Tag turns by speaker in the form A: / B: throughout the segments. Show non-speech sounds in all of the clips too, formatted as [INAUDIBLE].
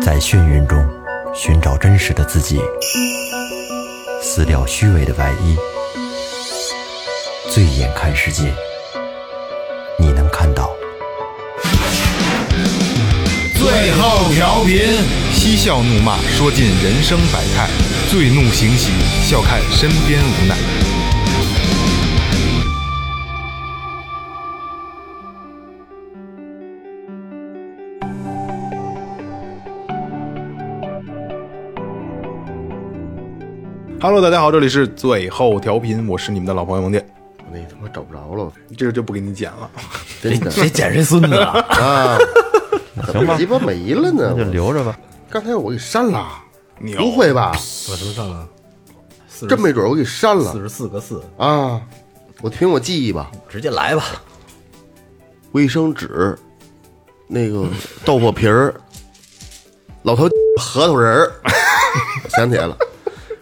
A: 在眩晕中寻找真实的自己，撕掉虚伪的外衣，醉眼看世界，你能看到。
B: 最后调频，
C: 嬉笑怒骂，说尽人生百态；醉怒行喜，笑看身边无奈。Hello，大家好，这里是最后调频，我是你们的老朋友萌姐，
D: 那他妈找不着了，
C: 这个就不给你剪了。
D: 真的
A: 谁捡谁孙子啊？
D: 啊，怎么鸡巴没了呢
A: 那？就
D: 我
A: 留着吧。
D: 刚才我给删了，
C: 牛
D: 不会吧？
B: 哎我头上了
D: 真没准我给删
B: 四
D: 了
B: 十四个四，
D: 啊！我凭我记忆吧，
A: 直接来吧。
D: 卫生纸，那个豆腐皮儿，老头核桃仁儿， [LAUGHS] 我想起来了，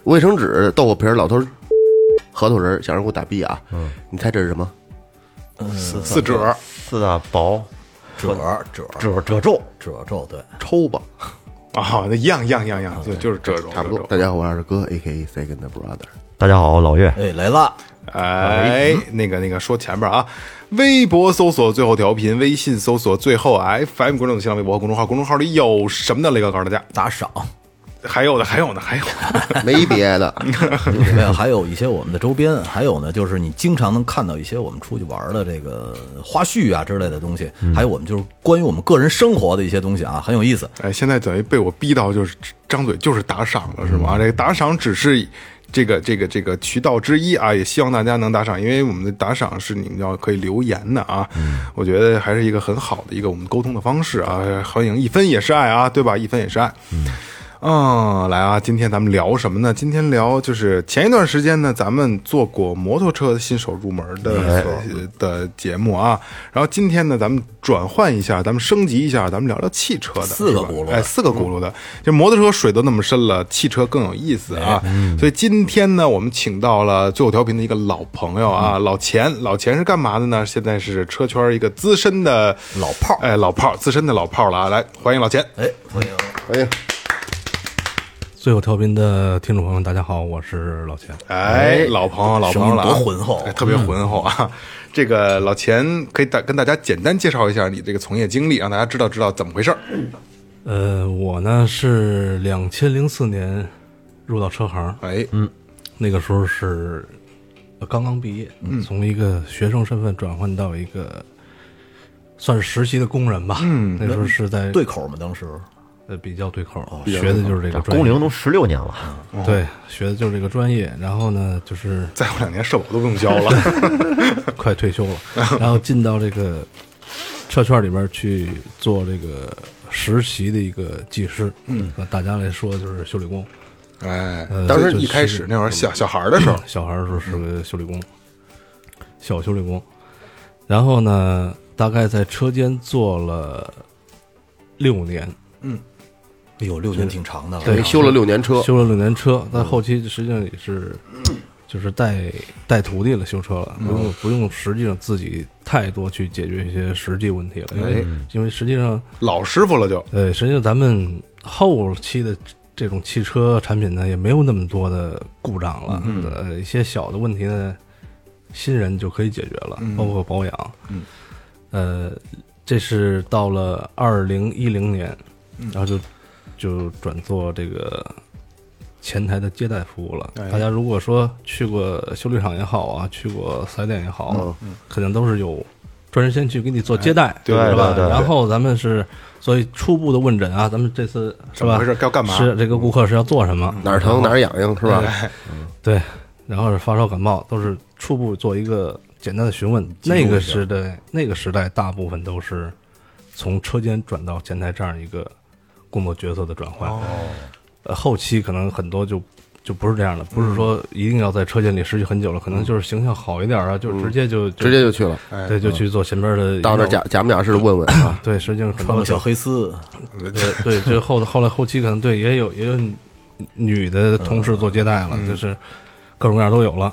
D: 卫生纸、豆腐皮儿、老头核桃仁儿，想让我打 B 啊？嗯，你猜这是什么？
C: 四折，
A: 四大薄
B: 褶褶
A: 褶褶皱，
B: 褶皱，对，
D: 抽吧，
C: 啊，那一样一样一样一样，对，就是这种，
D: 差不多
C: 这。种
D: 大家好，我是二哥，A K A Second Brother。
A: 大家好，我老岳。
B: 哎，来了，
C: 哎，那个那个，说前面啊，微博搜索最后调频，微信搜索最后啊 FM，关注我们新浪微博和公众号，公众号里有什么呢？雷哥告诉大家，
B: 打赏，
C: 还有呢，还有呢，还有呢
D: 没别
B: [LAUGHS]
D: 的，
B: 没有，还有一些我们的周边，还有呢，就是你经常能看到一些我们出去玩的这个花絮啊之类的东西，还有我们就是关于我们个人生活的一些东西啊，很有意思。
C: 哎，现在等于被我逼到就是张嘴就是打赏了，是吗？这个打赏只是这个这个这个渠道之一啊，也希望大家能打赏，因为我们的打赏是你们要可以留言的啊，我觉得还是一个很好的一个我们沟通的方式啊，欢迎一分也是爱啊，对吧？一分也是爱。嗯，来啊！今天咱们聊什么呢？今天聊就是前一段时间呢，咱们做过摩托车新手入门的、呃的节目啊。然后今天呢，咱们转换一下，咱们升级一下，咱们聊聊汽车的
B: 四个
C: 是吧
B: 轱辘的嗯
C: 哎，四个轱辘的。就摩托车水都那么深了，汽车更有意思
B: 哎
C: 啊。
B: 嗯
C: 所以今天呢，我们请到了最后调频的一个老朋友啊，
B: 嗯
C: 老钱。老钱是干嘛的呢？现在是车圈一个资深的
B: 老炮儿
C: 哎，老炮儿，资深的老炮儿了啊！来，欢迎老钱。
B: 哎，欢迎，
D: 哎呀，
E: 最后调频的听众朋友们，大家好，我是老钱。
C: 哎，老朋友，老朋友了啊，
B: 声音多浑厚
C: 哎特别
E: 嗯
C: 浑厚啊！ [LAUGHS] 这个老钱可以大跟大家简单介绍一下你这个从业经历，让大家知道知道怎么回事儿。
E: 呃，我呢是两千零四年入到车行，
C: 哎，嗯，
E: 那个时候是呃刚刚毕业，从一个学生身份转换到一个算是实习的工人吧。嗯，那时候是在
B: 对口吗？当时
E: 呃比较对口，学的哦就是这个专
F: 工
E: 业
F: 龄都十六年了，
E: 对，学的就是这个专业。然后呢， [LAUGHS] 就是
C: 再过两年社保都不用交
E: [LAUGHS]
C: 了。
E: 快退 [LAUGHS] 休了，然后进到这个车圈里边去做这个实习的一个技师，嗯，大家来说就是修理工，
C: 哎，
E: 呃
C: 当时
E: 就嗯
C: 一开始那会儿小小孩儿的时候，
E: 小孩儿的时候是个修理工，小修理工，然后呢，大概在车间做了六年，
B: 哎呦，六年挺长的了，
E: 对
D: 没哎修了六年车，
E: 修了六年车，但后期实际上也是。就是带带徒弟了，修车了，不用不用，实际上自己太多去解决一些实际问题了，因
C: 哎
E: 为因为实际上
C: 老师傅了就。
E: 呃，实际上咱们后期的这种汽车产品呢，也没有那么多的故障了，
C: 嗯
E: 呃，一些小的问题呢，新人就可以解决了，包括保养。嗯，呃，这是到了二零一零年，
C: 嗯
E: 然后就就转做这个。前台的接待服务了，
C: 哎
E: 大家如果说去过修理厂也好啊，去过四 S 店也好，肯定都是有专人先去给你做接待，
C: 嗯哎对
E: 是吧？
F: 对对对
E: 然后咱们是，所以初步的问诊啊，咱们这次是
C: 怎么
E: 吧？
C: 回事要干嘛
E: 是这个顾客是要做什么？
D: 哪儿疼哪儿痒痒是吧？
E: 对，然后是发烧感冒，都是初步做一个简单的询问。那个时代，那个时代大部分都是从车间转到前台这样一个工作角色的转换。哦，呃，后期可能很多就。就不是这样的，
D: 嗯
E: 不是说一定要在车间里实习很久了，可能就是形象好一点啊，就直接就
D: 嗯直接就去了，
E: 对，就去做前边的
D: 到那
E: 业务，
D: 假假模假式的问问啊
E: 对，实际上很
B: 穿
E: 多
B: 个小黑丝，
E: 对呃对，就后后来后期可能对也有也有女女的同事做接待了，
B: 嗯
E: 就是各种各样都有了。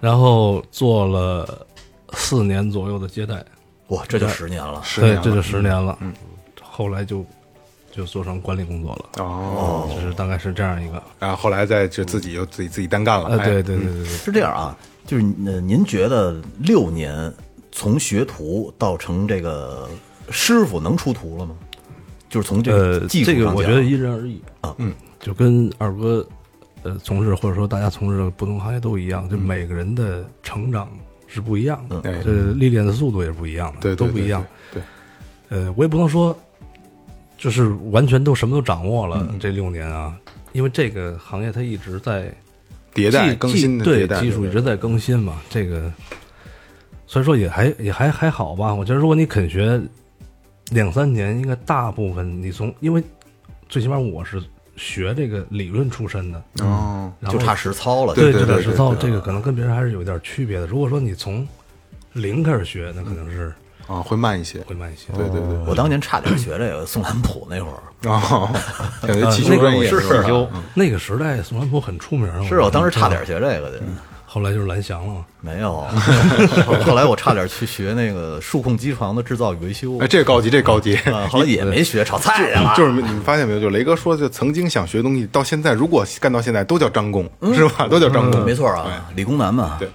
E: 然后做了四年左右的接待，
B: 哇，这就十年了，嗯
C: 是
E: 对，
C: 样
E: 这
C: 的
E: 嗯就十年了。后来就就做成管理工作了，
C: 哦，
E: 就是大概是这样一个。
C: 然啊后后来再就自己又自己自己单干了，
E: 啊，
C: 哎
E: 对对对对对，
B: 是这样啊，就是呃，您觉得六年从学徒到成这个师傅能出徒了吗？就是从这个
E: 呃，
B: 技术
E: 这
B: 上
E: 个
B: 讲，
E: 我觉得因人而异
B: 啊，
E: 嗯，就跟二哥呃从事或者说大家从事的不同行业都一
B: 嗯
E: 样，就每个人的成长是不一样的，
C: 嗯
E: 这历练的速度也是不一样的，
C: 对
E: 都
C: 对
E: 不一样。，
C: 对，对
E: 呃，我也不能说就是完全都什么都掌握了、
B: 嗯
E: 这六年啊，因为这个行业它一直在
C: 对迭代更新的
E: 技
C: 迭
E: 技
C: 代，
E: 对技术一
C: 对
E: 直在更新嘛，这个所以说也还也还还好吧。我觉得如果你肯学两三年，应该大部分你从因为最起码我是学这个理论出身的，
C: 哦，
E: 然后
B: 就差实操了，
E: 对
C: 对
E: 这
C: 对
E: 点
C: 对
E: 实
C: 对
E: 操，这个可能跟别人还是有点区别的。如果说你从零开始学，那可能是
C: 啊，会慢一些，
E: 会慢一些。
C: 对对对，
B: 我当年差点学这个宋兰普那会儿，
C: 哦， [LAUGHS] 感觉
E: 呃
C: 汽修
E: 那个
C: 专
E: 我
C: 业
B: 是
C: 吧
B: 汽修
E: 那个时代，宋兰波很出名。
B: 是啊我当时差
E: 点。
B: 点学这个的，
E: 后来就是蓝翔了嘛。
B: 没有。后后来我差点去学那个数控机床的制造与维修
C: 哎，，这高级，这高级。
B: 啊，后来也没学，炒菜去了。
C: 就是你们发现没有？就雷哥说，就曾经想学东西，到现在如果干到现在，都叫张工，是吧？都叫张
E: 嗯
C: 工，
B: 嗯没错啊，理工男
C: 嗯
B: 嘛，
C: 对，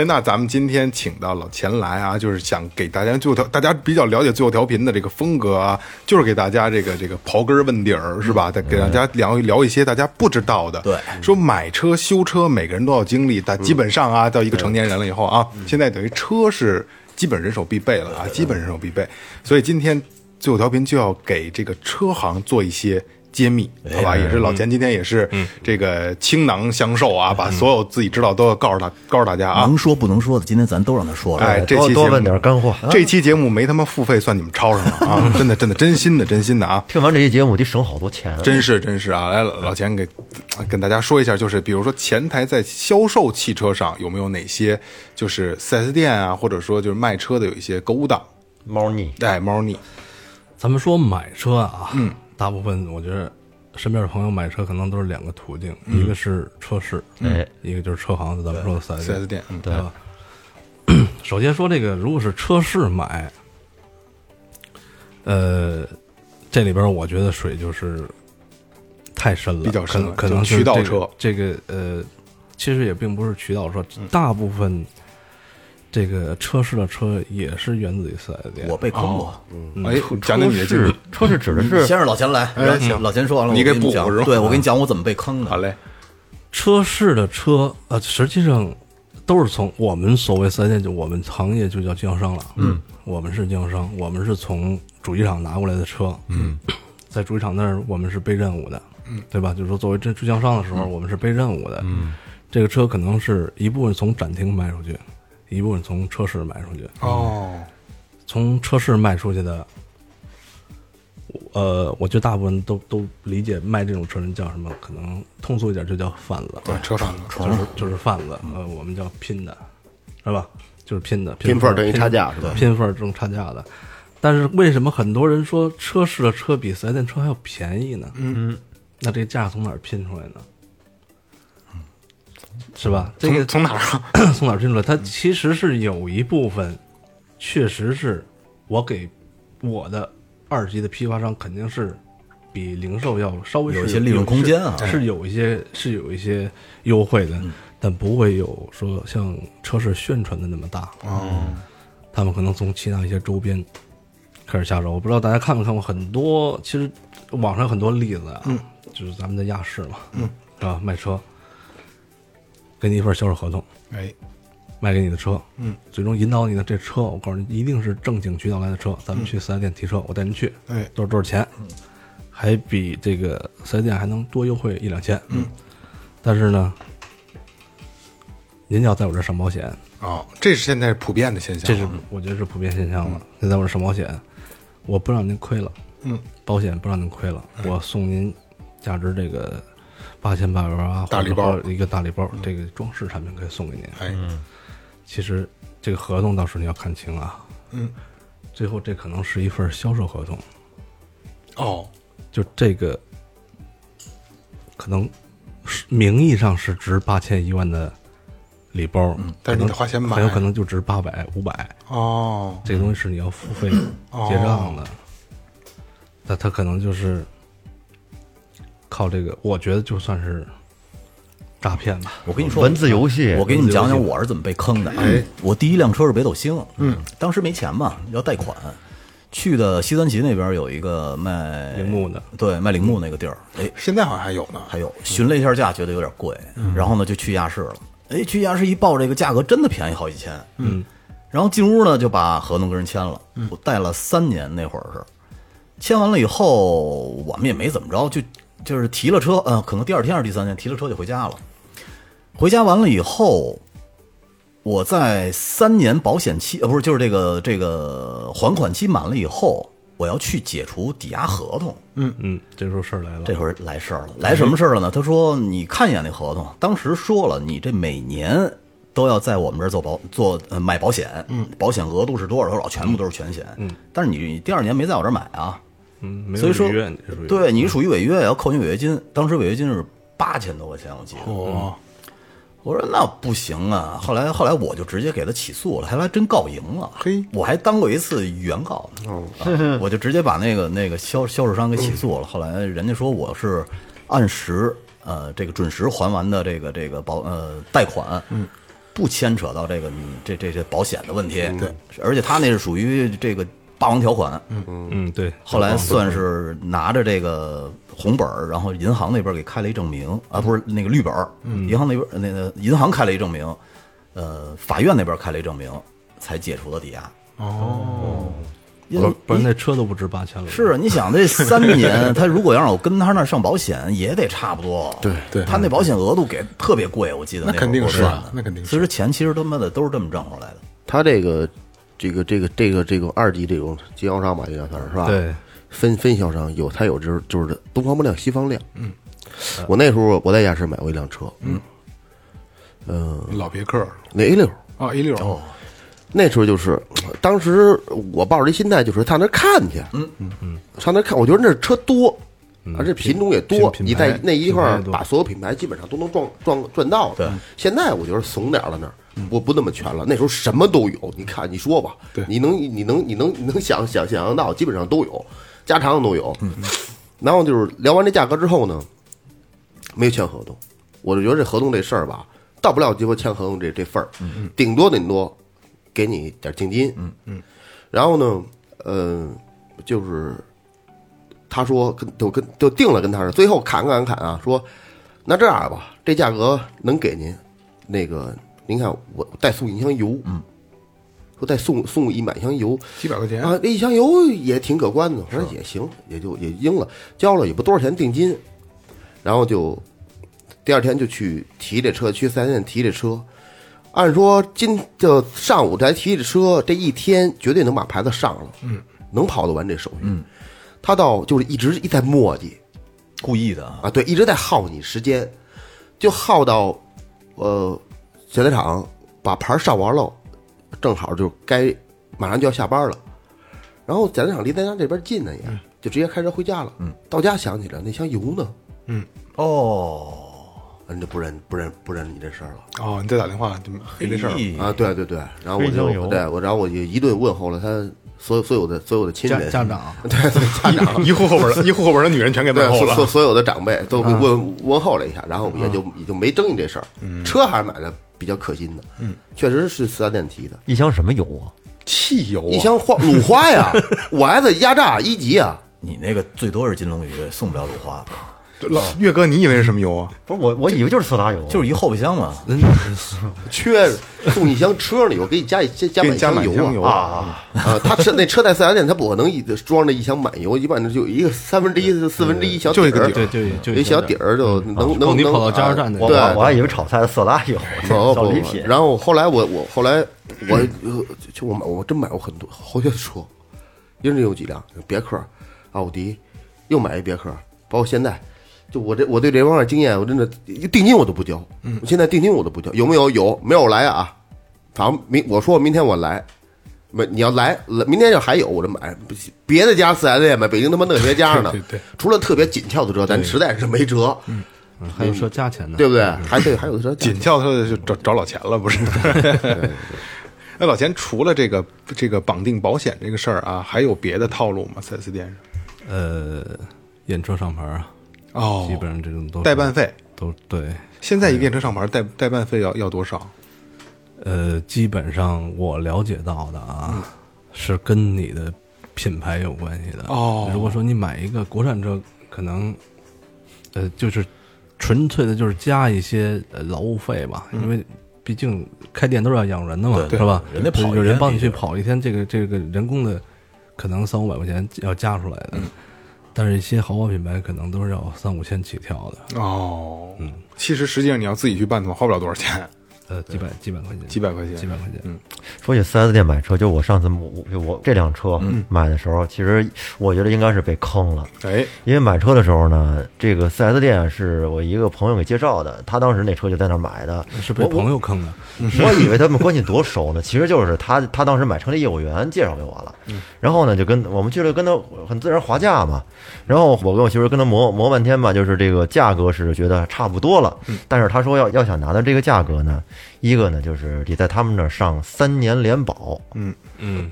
C: 哎，那咱们今天请到老钱来啊，就是想给大家最后调，大家比较了解最后调频的这个风格啊，就是给大家这个这个刨根问底儿，是吧？再给大家聊一聊一些大家不知道的。
B: 对
C: 说买车修车，每个人都要经历，但基本上啊，到一个成年人了以后啊，现在等于车是基本人手必备了啊，基本人手必备。所以今天最后调频就要给这个车行做一些。揭秘，好吧，也是老钱今天也是这个倾囊相授啊，把所有自己知道都要告诉他，告诉大家啊。
B: 能说不能说的，今天咱都让他说了。
C: 哎，这
A: 多
C: 期
A: 多
C: 节
A: 问
C: 目
A: 点干货。
E: 啊
C: 这期节目没他妈付费算你们抄上了
E: [LAUGHS]
C: 啊！真的，真的，真心的，真心的
E: 嗯
C: 啊！
A: 听完这期节目，我得省好多钱。
C: 真是，真是啊！来，老老钱给跟大家说一下，就是比如说前台在销售汽车上有没有哪些就是 4S 店啊，或者说就是卖车的有一些购物档，
A: 猫腻，
C: 哎，猫腻，
E: 咱们说买车啊，嗯，大部分我觉得身边的朋友买车可能都是两个途径，
C: 嗯
E: 一个是车市，
A: 哎，
E: 一个就是车行，咱们说的四 S
C: 4S
E: 店，
C: 嗯店，嗯，
E: 对吧？首先说这个，如果是车市买，呃，这里边我觉得水就是太深了，
C: 比较深了
E: 可能可能
C: 就是渠道
E: 这个
C: 车嗯
E: 这个呃，其实也并不是渠道车，大部分这个车市的车也是源自于四 S 店。
B: 我被坑过。
C: 哎，
E: 嗯
C: 讲讲你的经历
A: 是，车是指的
B: 你
A: 是
B: 嗯先让老钱来，然后老钱说完了，
C: 哎你
B: 我
C: 给
B: 跟你
C: 补
B: 讲
C: 是吧
B: 对，我跟你讲我怎么被坑的。
C: 好嘞，
E: 车市的车，呃，实际上都是从我们所谓四 S 店，就我们行业就叫经销商了。嗯，我们是经销商，我们是从主机厂拿过来的车。嗯，在主机厂那儿，我们是背任务的。嗯，对吧？就是说，作为这经销商的时候，我们是背任务的。嗯，这个车可能是一部分从展厅卖出去，一部分从车市卖出去。
C: 哦，
E: 从车市卖出去的，呃，我觉得大部分都都理解卖这种车人叫什么，可能通俗一点就叫贩子。
C: 对，车贩子，
E: 就是就是贩子，呃，我们叫拼的，是吧？就是拼的，
D: 拼
E: 份
D: 份
E: 儿
D: 儿等于
E: 拼
D: 差价是吧
E: 拼份儿这种差价的。但是为什么很多人说车市的车比四 S 店车还要便宜呢？嗯，那这个价从哪儿拼出来呢？
D: 嗯
E: 是吧？这个
C: 从从哪儿
E: [LAUGHS]
C: 啊？
E: [COUGHS] 从哪儿拼出来？它其实是有一部分，确实是我给我的二级的批发商肯定是比零售要稍微是
B: 有一些利润空间啊嗯
E: 是是有一些是有一些优惠的，但不会有说像车市宣传的那么大。
C: 哦，
E: 他们可能从其他一些周边开始下手。我不知道大家看没看过很多，其实网上很多例子啊，
B: 嗯
E: 就是咱们的亚视嘛，嗯，是吧？卖车，给你一份销售合同，
C: 哎，
E: 卖给你的车，嗯，最终引导你的这车，我告诉你，一定是正经渠道来的车。咱们去四 S 店提车，我带您去，
C: 嗯哎
E: 多少多少钱，还比这个四 S 店还能多优惠一两千，嗯。但是呢，您要在我这儿上保险，
C: 哦，这是现在普遍的现象，啊
E: 这是我觉得是普遍现象了。您在我这儿上保险，我不让您亏了，
C: 嗯，
E: 保险不让您亏了，我送您价值这个八千八百啊八
C: 大礼包嗯
E: 一个大礼包，这个装饰产品可以送给您，
C: 哎，
E: 其实这个合同到时候你要看清啊。
C: 嗯，
E: 最后这可能是一份销售合同，
C: 哦，
E: 就这个可能是名义上是值八千一万的礼包，
C: 但是你得花钱买
E: 很有可能就值八百五百，
C: 哦，
E: 这个东西是你要付费结账的。那他可能就是靠这个，我觉得就算是诈骗吧。
B: 我跟你说，
A: 文字游戏，
B: 我给你们讲讲我是怎么被坑的。哎，我第一辆车是北斗星，嗯，当时没钱嘛，要贷款，去的西三旗那边有一个卖
E: 铃木的，
B: 对，卖铃木那个地儿，哎，
C: 现在好像还有呢。
B: 还有询了一下价，觉得有点贵，然后呢就去亚市了。哎，去亚市一报这个价格，真的便宜好几千。嗯，然后进屋呢就把合同跟人签了，我贷了三年，那会儿是签完了以后，我们也没怎么着，就就是提了车，呃，可能第二天还是第三天提了车就回家了。回家完了以后，我在三年保险期，呃，不是，就是这个这个还款期满了以后，我要去解除抵押合同。
E: 嗯，这时候事儿来了，
B: 这会儿来事儿了，来什么事儿了呢？他说：“你看一眼那合同，当时说了，你这每年都要在我们这儿做保做呃买保险，嗯，保险额度是多少多少，全部都是全险，嗯，但是你第二年没在我这儿买啊，
E: 嗯，没有
B: 所以说
E: 愉悦你这属于
B: 对你属于违约，要扣你违约金，当时违约金是八千多块钱，我记得。
C: 哦，
B: 我说那不行啊！后来后来我就直接给他起诉了，还来真告赢了。
C: 嘿
B: 我还当过一次原告呢，啊我就直接把那个那个销销售商给起诉了。后来人家说我是按时呃这个准时还完的这个这个保呃贷款，嗯，不牵扯到这个你这这这保险的问题。嗯对，而且他那是属于这个霸王条款，嗯，
E: 嗯，对，
B: 后来算是拿着这个红本儿，然后银行那边给开了一证明啊，不是那个绿本儿，
C: 嗯
B: 银行那边那个银行开了一证明，呃，法院那边开了一证明，才解除了抵押。哦，
E: 不然那车都不值八千了。
B: 是啊你想这三年，他如果要让我跟他那儿上保险，也得差不多。对
C: 对
B: 他那保险额度给特别贵，我记得
C: 那
B: 会儿
C: 肯定
B: 我
C: 是啊
B: 算的
C: 那肯定是
B: 所以说钱其实他妈的都是这么挣回来的。
D: 他这个这个这个这个这个二级这种经销商吧，应该算是吧？
E: 对，
D: 分分销商有，他有就是就是东方不亮西方亮。嗯，我那时候我在亚市买过一辆车，嗯，
E: 嗯
C: 老别克
D: 那 A 六，
C: 啊，A 六哦，
D: 那时候就是，当时我抱着一心态，就是上那儿看去，嗯嗯嗯，上那儿看，我觉得那儿车多，而且品种也多，
E: 嗯品品
D: 你
E: 牌
D: 在那一块
E: 品牌
D: 儿
E: 也多
D: 把所有品牌基本上都能撞撞赚到了。对，现在我觉得怂点儿了那儿。
E: 嗯
D: 不不那么全了，那时候什么都有，你看你说吧，
C: 对
D: 你能你能你能你能想想想象到，基本上都有，家常的都有。
E: 嗯
D: 然后就是聊完这价格之后呢，没有签合同，我就觉得这合同这事儿吧，到不了结果签合同这这份儿，
E: 嗯
D: 顶多顶多给你点定金，嗯嗯，然后呢，呃，就是他说跟就跟就定了跟他说，最后砍砍砍啊，说那这样吧，这价格能给您，那个您看我再送一箱油，嗯，说再送送一满箱油，
C: 几百块钱
D: 啊，这一箱油也挺可观的，我说也行，也就也应了，交了也不多少钱定金，然后就第二天就去提这车，去四 S 店提这车。按说今就上午才提这车，这一天绝对能把牌子上了，嗯，能跑得完这手续。嗯，他倒就是一直一在磨叽
B: 故意的啊，
D: 啊，对，一直在耗你时间，就耗到呃检测厂把牌上完了，正好就该马上就要下班了。然后检测厂离咱家这边近呢也，就直接开车回家了。嗯，到家想起来那箱油呢，
B: 哦，
D: 人就不认不认不认你这事儿了
C: 哦，你再打电话就没
B: 哎
C: 这事 [LAUGHS] 儿了。
B: 嘿
D: 啊！对对对，然后我
A: 非常
D: 就
A: 油
D: 对我，然后我就一顿问候了他所有所有的所有的亲
E: 家
D: 人
E: 家长，
C: 一户后边儿的，一户后边儿的女人全给
D: 对
C: 问候
D: 所所
C: 了。
D: 所有的长辈都给问问候了一下，然后也就也就没争议这事儿。车还是买的比较可心的，嗯，确实是四 S 店提的，
A: 一箱什么油啊？
C: 汽油啊，
D: 一箱花鲁花呀，我还在压榨一级啊，
B: 你那个最多是金龙鱼，送不了鲁花，
C: 老嗯岳哥，你以为是什么油啊？
A: 不是我，我以为就是色达油，
B: 就是一后备箱嘛。
D: 缺送一箱车呢，我给你加一加加
C: 给
D: 满
C: 你加满
D: 油
C: 箱油
D: 啊！
C: 啊！
D: 啊，他车那车在四 S 店，他不可能一装着一箱满油，一般就一个三分之一、四分之一小
C: 就一
D: 底
C: 个
D: 儿
C: 底
E: 对，就就
D: 一小底儿就能能
E: 哦你
D: 能
E: 跑到加油站去
D: 啊
A: 我
D: 对，
A: 我我还以为炒菜的色达油，
D: 不
A: 小
D: 不
A: 礼
D: 不，
A: 品。
D: 哦然后后来我我后来我呃就我买我真买过很多好些车，一人有几辆别克、奥迪，又买一别克，包括现在，就我这我对这方面经验，我真的定金我都不交，嗯，现在定金我都不交，有没有有没有来啊？反正明我说明天我来，没你要来，来明天要还有我就买，不行别的家四 S 店买，北京他妈那些家呢，
C: [LAUGHS] 对对对
D: 除了特别紧俏的车，咱实在是没辙，
E: 嗯还有说加钱的，
D: 对不对？还对，还有的车
C: 嗯紧俏他就找找老钱了， [LAUGHS] 不是？那老钱除了这个这个绑定保险这个事儿啊，还有别的套路吗？四 S 店上
E: 呃，验车上牌啊，
C: 哦
E: 基本上这种都是
C: 代办费，
E: 都对，
C: 现在一个电车上牌代代办费要要多少？
E: 呃，基本上我了解到的啊，是跟你的品牌有关系的。
C: 哦
E: 如果说你买一个国产车，可能呃，就是纯粹的，就是加一些呃劳务费吧，因为毕竟开店都是要养人的嘛，
B: 对
E: 是吧？
B: 人家跑一天
E: 有人帮你去
B: 比这个
E: 跑一天，这个这个人工的可能三五百块钱要加出来的，但是一些豪华品牌可能都是要三五千起跳的，
C: 哦，其实实际上你要自己去办的话，花不了多少钱，
E: 呃，几百几百块钱，
C: 几百块钱。
E: 几百块钱，嗯，
A: 说起四 S 店买车，就我上次我我我这辆车买的时候，其实我觉得应该是被坑了。
C: [LAUGHS] 哎，
A: 因为买车的时候呢，这个四 S 店是我一个朋友给介绍的，他当时那车就在那儿买的。
E: 是被朋友坑的。
A: 我以为他们关系多熟呢，其实就是他他当时买车的业务员介绍给我了，然后呢就跟我们去了，跟他很自然划价嘛，然后我跟我媳妇儿跟他磨磨半天吧，就是这个价格是觉得差不多了，但是他说要要想拿到这个价格呢，一个呢就是得在他们那儿上三年联保，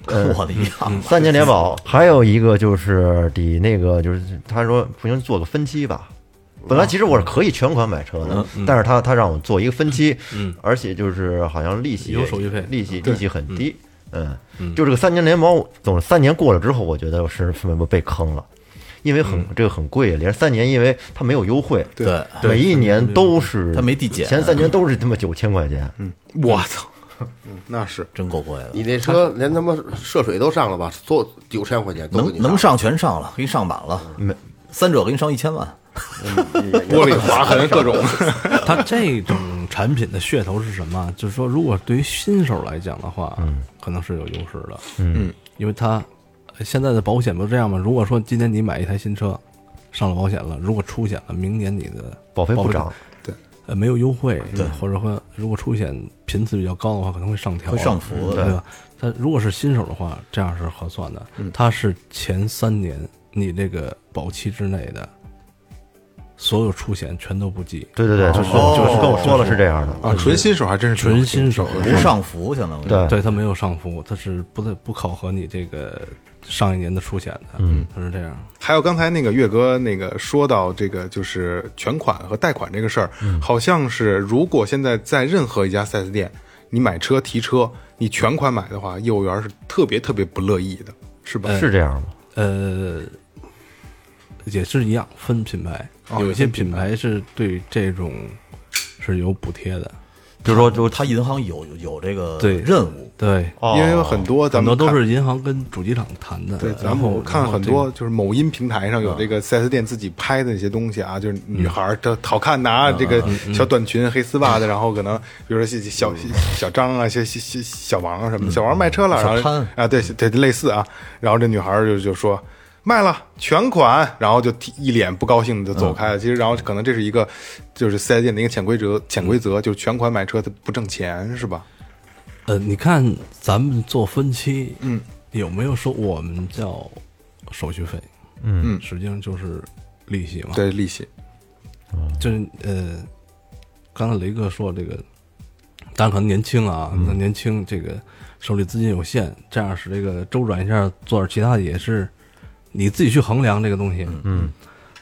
B: 我的妈！
A: 三年联保，还有一个就是得那个就是他说不行做个分期吧。本来其实我是可以全款买车的，但是他他让我做一个分期，而且就是好像利息
E: 有手续费
A: 利息利息很低，嗯，就这个三年联保，总是三年过了之后，我觉得是是被坑了，因为很这个很贵，连三年，因为它没有优惠，
B: 对，
A: 每一年都是
B: 它没递减
A: 前三年都是他妈九千块钱，
C: 我操，嗯，那是
B: 真够贵的，
D: 你那车连他妈涉水都上了吧？做九千块钱都给
B: 能
D: 你
B: 能上全上了，给你上满了，
A: 没
B: 三者给你上一千万，
C: 玻璃哎划痕各 [LAUGHS] 种，
E: 它这种产品的噱头是什么？就是说，如果对于新手来讲的话，
A: 嗯
E: 可能是有优势的。嗯，因为它呃现在的保险不是这样吗？如果说今年你买一台新车，上了保险了，如果出险了，明年你的
A: 保费不
E: 不
A: 涨，，
E: 呃，没有优惠，对，或者说如果出险频次比较高的话，可能会上调啊，
B: 会上浮
E: 嗯
B: 对
E: 对吧？它如果是新手的话，这样是合算的，
B: 嗯
E: 它是前三年你这个保期之内的所有出险全都不计，
A: 对对对，就是就是跟我说了是这样的，
C: 啊，纯新手还真是
E: 嗯纯新手
B: 不上浮相当于。
A: 对
E: 对他没有上浮，他是不太不考核你这个上一年的出险的，嗯，他是这样。
C: 还有刚才那个岳哥那个说到这个就是全款和贷款这个事儿，
E: 嗯
C: 好像是如果现在在任何一家 4S 店，你买车提车，你全款买的话，业务员是特别特别不乐意的，是吧？
E: 哎
A: 是这样吗？
E: 呃，也是一样，分品牌，
C: 哦
E: 有一些
C: 分品
E: 品牌是对这种是有补贴的，
A: 就说就
B: 他银行有有有这个
E: 对
B: 任务，
E: 对，
A: 哦
C: 因为有很多咱
E: 很
C: 们
E: 多都
C: 看
E: 是银行跟主机厂谈的，
C: 对，
E: 然
C: 咱
E: 后
C: 们看
E: 然后
C: 很
E: 这个嗯
C: 多就是某音平台上有这个 4S 店自己拍的那些东西啊，就是女孩儿的好看的
E: 嗯
C: 啊，这个小短裙、黑丝袜的，然后可能比如说小小
E: 嗯
C: 小张啊、小小小小王啊什么的，小王卖车了，然
B: 小潘
C: 后啊，对对，类似啊，然后这女孩儿就就说。卖了全款，然后就提一脸不高兴的就
E: 嗯
C: 走开了。其实，然后可能这是一个，就是四 S 店的一个潜规则，潜规
E: 嗯
C: 则就是全款买车它不挣钱，是吧？
E: 呃，你看咱们做分期，嗯，有没有说我们叫手续费？嗯，实际上就是利息嘛，
C: 对利息，
E: 就是呃，刚才雷哥说这个，当然可能年轻啊，那年轻这个手里资金有限，这样使这个周转一下做点其他的也是你自己去衡量这个东西。嗯，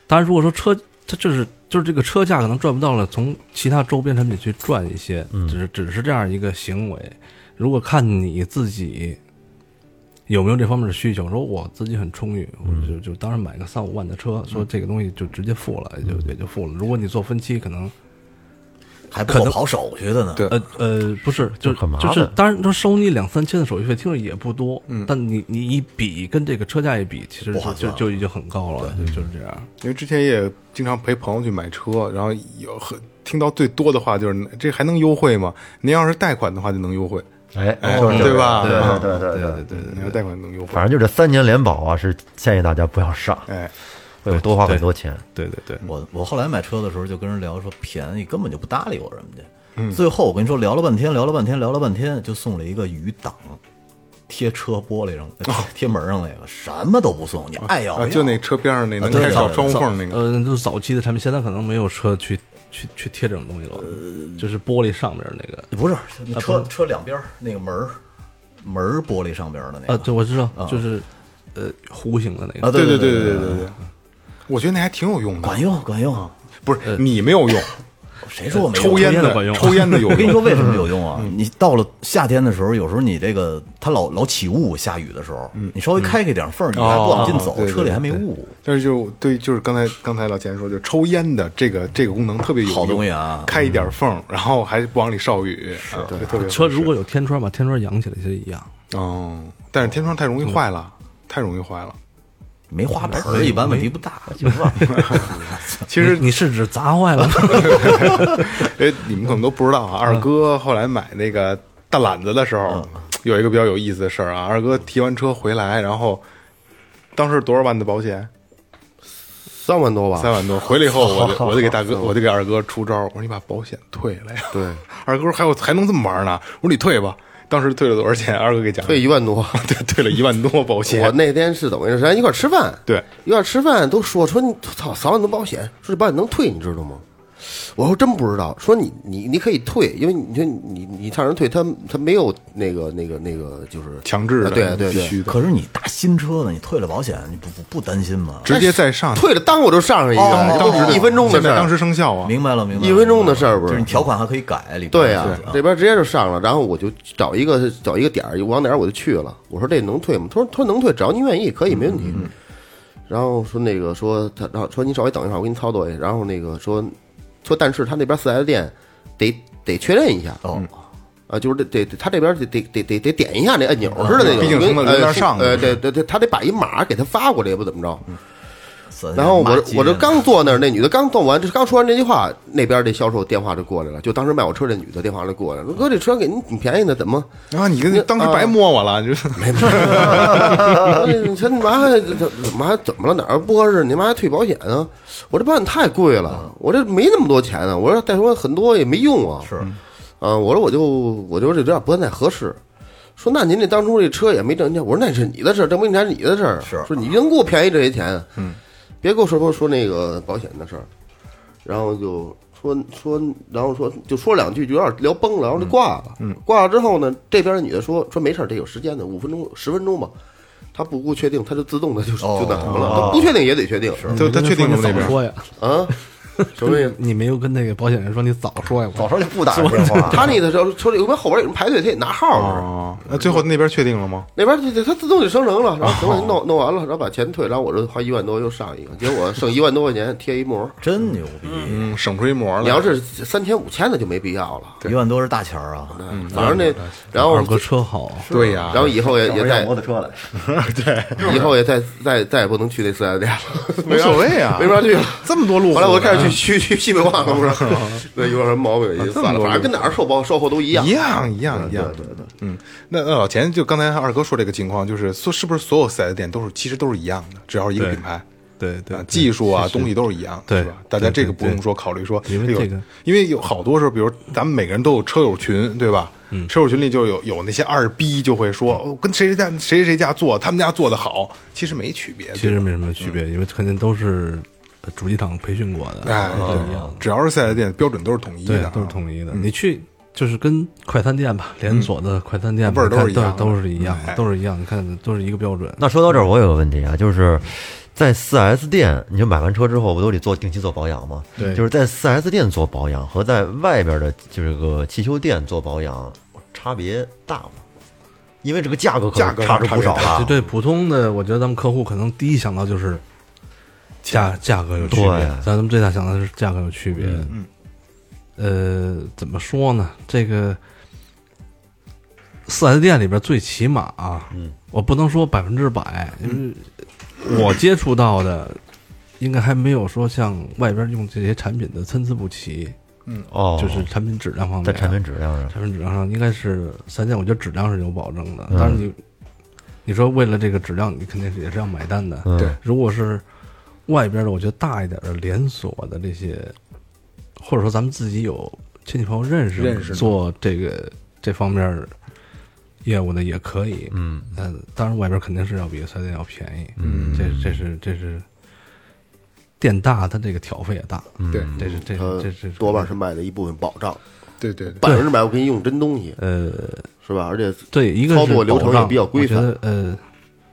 E: 当然如果说车它就是就是这个车价可能赚不到了，从其他周边产品去赚一些，只是只是这样一个行为。如果看你自己。有没有这方面的需求？说我自己很充裕，我就就当时买个三五万的车，说这个东西就直接付了，也就也就付了。如果你做分期，可能
B: 还不够跑手续的呢。
C: 对
E: 呃呃不是，就
A: 很麻烦
E: 就是当然，他收你两三千的手续费，听着也不多，嗯，但你你一比跟这个车价一比，其实
B: 不划
E: 就就
B: 算
E: 就已经很高了，就就是这样。
C: 因为之前也经常陪朋友去买车，然后有很听到最多的话就是这还能优惠吗？您要是贷款的话就能优惠，
A: 哎，
C: 哎，
A: 就是这
C: 对
A: 样
C: 吧？
A: 对
C: 嗯
A: 对对对
E: 对对对
C: 你要贷款能优惠
A: 反，正就这三年联保啊，是建议大家不要上，
C: 哎，
A: 会有多花很多钱。
E: 对对对，
B: 我我后来买车的时候就跟人聊说便宜，根本就不搭理我人家。最后我跟你说聊了半天，聊了半天，聊了半天，就送了一个雨挡，贴车玻璃上、贴贴门上那个，什么都不送，你爱要不
C: 啊，
B: 要
C: 就那车边上那能
B: 啊对
C: 开小
B: 对
C: 窗户缝那个，
E: 呃，就是早期的产品，现在可能没有车去去去贴这种东西了，就是玻璃上面那个。
B: 不是车车两边儿那个门儿门儿玻璃上边儿的那
E: 啊，
B: 个
E: 呃对，我知道，就是呃弧形的那个
B: 啊，对
C: 对
B: 对
C: 对
B: 对
C: 对对对，我觉得那还挺有用的，
B: 管用管用。
C: 不是你没有用，
B: 谁说我没用
C: 抽烟
E: 抽烟的
C: 的
E: 管用
C: 抽烟的有
B: 我跟你说
C: 用。嗯
B: 为什么有用啊？你到了夏天的时候，有时候你这个它老老起雾，下雨的时候，你稍微开开点缝儿，你还不往进走
C: 嗯哦对，对
B: 车里还没雾，
C: 但是就对，就是刚才刚才老钱说，就抽烟的这个这个功能特别有用
B: 好东西啊
C: 开一点缝，然后还不往里烧雨，是特别合适
E: 车如果有天窗，把天窗扬起来其实一样。
C: 哦，但是天窗太容易坏了，
D: 嗯
C: 太容易坏了。
B: 没花盆儿，一般问题
C: [LAUGHS]
B: 不大。
C: 其实
E: 你你是指砸
C: [LAUGHS]
E: 坏了吗？
C: 哎，你们可能都不知道
D: 嗯
C: 啊，二哥后来买那个大揽子的时候，有一个比较有意思的事儿啊。二哥提完车回来，然后当时多少万的保险？
D: 三万多吧，
C: 三万多。回来以后，我
D: [LAUGHS]
C: 就我就给大哥，我就给二哥出招儿，我说你把保险退了呀。
D: 对，
C: [LAUGHS] 二哥说还有还能这么玩呢？我说你退吧。当时退了多少钱？二哥给讲了，
D: 退一万多。
C: [LAUGHS] 对退了一万多保
D: 我
C: 险。
D: 那天是怎么回事？咱一块儿吃饭，
C: 对，
D: 一块儿吃饭都说说你操三万多保险，说这保险能退，你知道吗？我说真不知道，说你你你可以退，因为你说你你让人退，他他没有那个那个那个就是
C: 强制的
D: 啊对啊对啊
C: 必
D: 对啊
C: 须的，
B: [LAUGHS] 可是你大新车呢，你退了保险，你不不不担心吗？
C: 直接再上。
D: 退了，当我就上上一
B: 哦
D: 个，
B: 当时
D: 就
B: 的
D: 一分钟的
C: 现
D: 事
C: 在
D: 儿，
C: 当时生效啊，
B: 明白了，明白了。
D: 一分钟的事儿不
B: 就是是你条款还可以改里边。啊
D: 对呀、
B: 呀，
C: 啊
D: 这边直接就上了，然后我就找一个找一个点儿，往哪儿我就去了。我说这能退吗？他说他说能退，只要您愿意，可以，没问题。
C: 嗯
D: 然后说那个说他，然后说您稍微等一会儿，我给你操作一下。然后那个说说，但是他那边四 S 店得得确认一下
B: 哦，
C: 嗯
D: 啊，就是得得得他这边得得得得得点一下那按钮似的那个，
C: 毕竟从那
D: 呃
C: 轮到上嗯
D: 呃，
C: 的
D: 对对对，他得把一码给他发过来，也不怎么着。
B: 三
D: 然后
B: 马
D: 我
B: 街
D: 我这刚坐那儿，那女的刚做完，这刚说完这句话，那边这销售电话就过来了，就当时卖我车这女的电话就过来了，说哥这车给您挺便宜的，怎么？ [LAUGHS]
C: 啊，你跟当时白摸我了，你就是
D: 啊你这你妈还怎怎么还怎么了？哪儿不合适？你妈还退保险啊？我这保险太贵
B: 嗯
D: 了，我这没那么多钱啊。我说再说很多也没用啊。
B: 是，
D: 啊，我说我就我就这有点不太合适。说那您这当初这车也没挣钱，我说那是你的事儿，挣不挣钱是你的事儿。
B: 是
D: 说你能给我便宜这些钱，嗯，别跟我说说说那个保险的事儿。然后就说说，然后说就说两句，就有点聊崩了，然后就挂了。挂了之后呢，这边的女的说说没事儿，这有时间的，五分钟十分钟吧。她不顾确定，她就自动的就
B: 哦
D: 就那什么了，她不确定也得确定。是
C: 他他确定
E: 你
C: 了那
E: 早
C: 边
E: 说呀，
D: 啊，什么意思？
E: 你没有跟那个保险人说你 [LAUGHS] 早说
C: 哦
E: 呀？
A: 早说就不打这电话，
D: 她那个时候车里有没有后边有人排队，她也拿号呢。
C: 哦，那最后那边确定了吗？
D: 那边就它自动就生成了，然后行了，弄弄完了，然后把钱退，然后我这花一万多又上一个，结果剩一万多块钱贴一膜。
B: 真牛逼，
C: 嗯，省出一模来。
D: 你要是三千五千的就没必要了，
B: 一万多是大钱儿啊！
D: 反正那，然后
E: 二哥车好，
C: 对呀，
D: 然后以后也
A: 也
D: 也
A: 要
D: 再
A: 摩托车来。
D: [LAUGHS] 以后也再再再也不能去那四 S 店了，
C: 无所谓啊，
D: [LAUGHS] 没法去了。
C: 这么多路
D: 后
C: 虎
D: 来
C: 呢，
D: 我开始去去去西北旺了，不是？对，有点毛病，也就算了，反正跟哪儿售包售后都一样
C: 一。样一样一样，对对对，嗯，那那老钱就刚才二哥说这个情况，就是说是不是所有四 S 店都是其实都是一样的，只要是一个
E: 对
C: 品牌。
E: 对对
C: 啊，，
E: 对
C: 技术啊，东西都是一样，是
E: 对
C: 吧？大家这个
E: 对
C: 不
E: 对
C: 用说考虑说，
E: 因为
C: 哎呦
E: 这个，
C: 因为有好多时候，比如咱们每个人都有车友群，对吧？车友群里就有有那些二逼就会说，哦跟谁谁家谁谁家做，他们家做的好，其实没区别，
E: 其
C: 对
E: 实
C: 吧
E: 没什么区别，因为肯定都是呃主机厂培训过的，
C: 哎，
E: 都是一
C: 对
E: 样的，
C: 只要是四 S 店标准都是统一
E: 对
C: 的，，啊
E: 都是统一的。
C: 嗯
E: 你去就是跟快餐店吧，连锁的快餐店吧
C: 味儿都是
E: 你看
C: 一样的
E: 都是一样
C: 哎，
E: 都是一样，你看都是一个标准。
A: 那说到这儿，我有个问题啊，就是在 4S 店，你就买完车之后，不都得做定期做保养吗？
E: 对
A: 就是在 4S 店做保养和在外边的这个汽修店做保养差别大吗？因为这个价格可
C: 价格
A: 能差
C: 上
A: 出不少
E: 就
A: 了。
E: 对普通的，我觉得咱们客户可能第一想到就是价价格有区别
A: 对，
E: 咱们最大想到的是价格有区别。嗯，呃，怎么说呢？这个四 S 店里边最起码啊，嗯，我不能说百分之百，因为我接触到的。应该还没有说像外边用这些产品的参差不齐，
A: 哦，
E: 就是产品质量方面啊。
A: 在产品质量上，
E: 产品质量啊上应该是三线，我觉得质量是有保证的。
C: 嗯
E: 当然你你说为了这个质量，你肯定是也是要买单的。
A: 嗯
C: 对
E: 如果是外边的，我觉得大一点的连锁的这些，或者说咱们自己有亲戚朋友认识
C: 认识的
E: 做这个这方面业务的也可以。
A: 嗯，
E: 但当然外边肯定是要比三店要便宜。
C: 嗯
E: 这这是这是店大，它这个挑费也大。嗯，
C: 对
E: 这是这
D: 呃
E: 是这是
D: 多半是卖的一部分保障，
C: 对对对，
D: 百分之百我给你用真东西，
E: 呃。
D: 是吧？而且
E: 对，一个
D: 操
E: 是
D: 作流程
E: 保障
D: 也比较规范
E: 我觉得呃，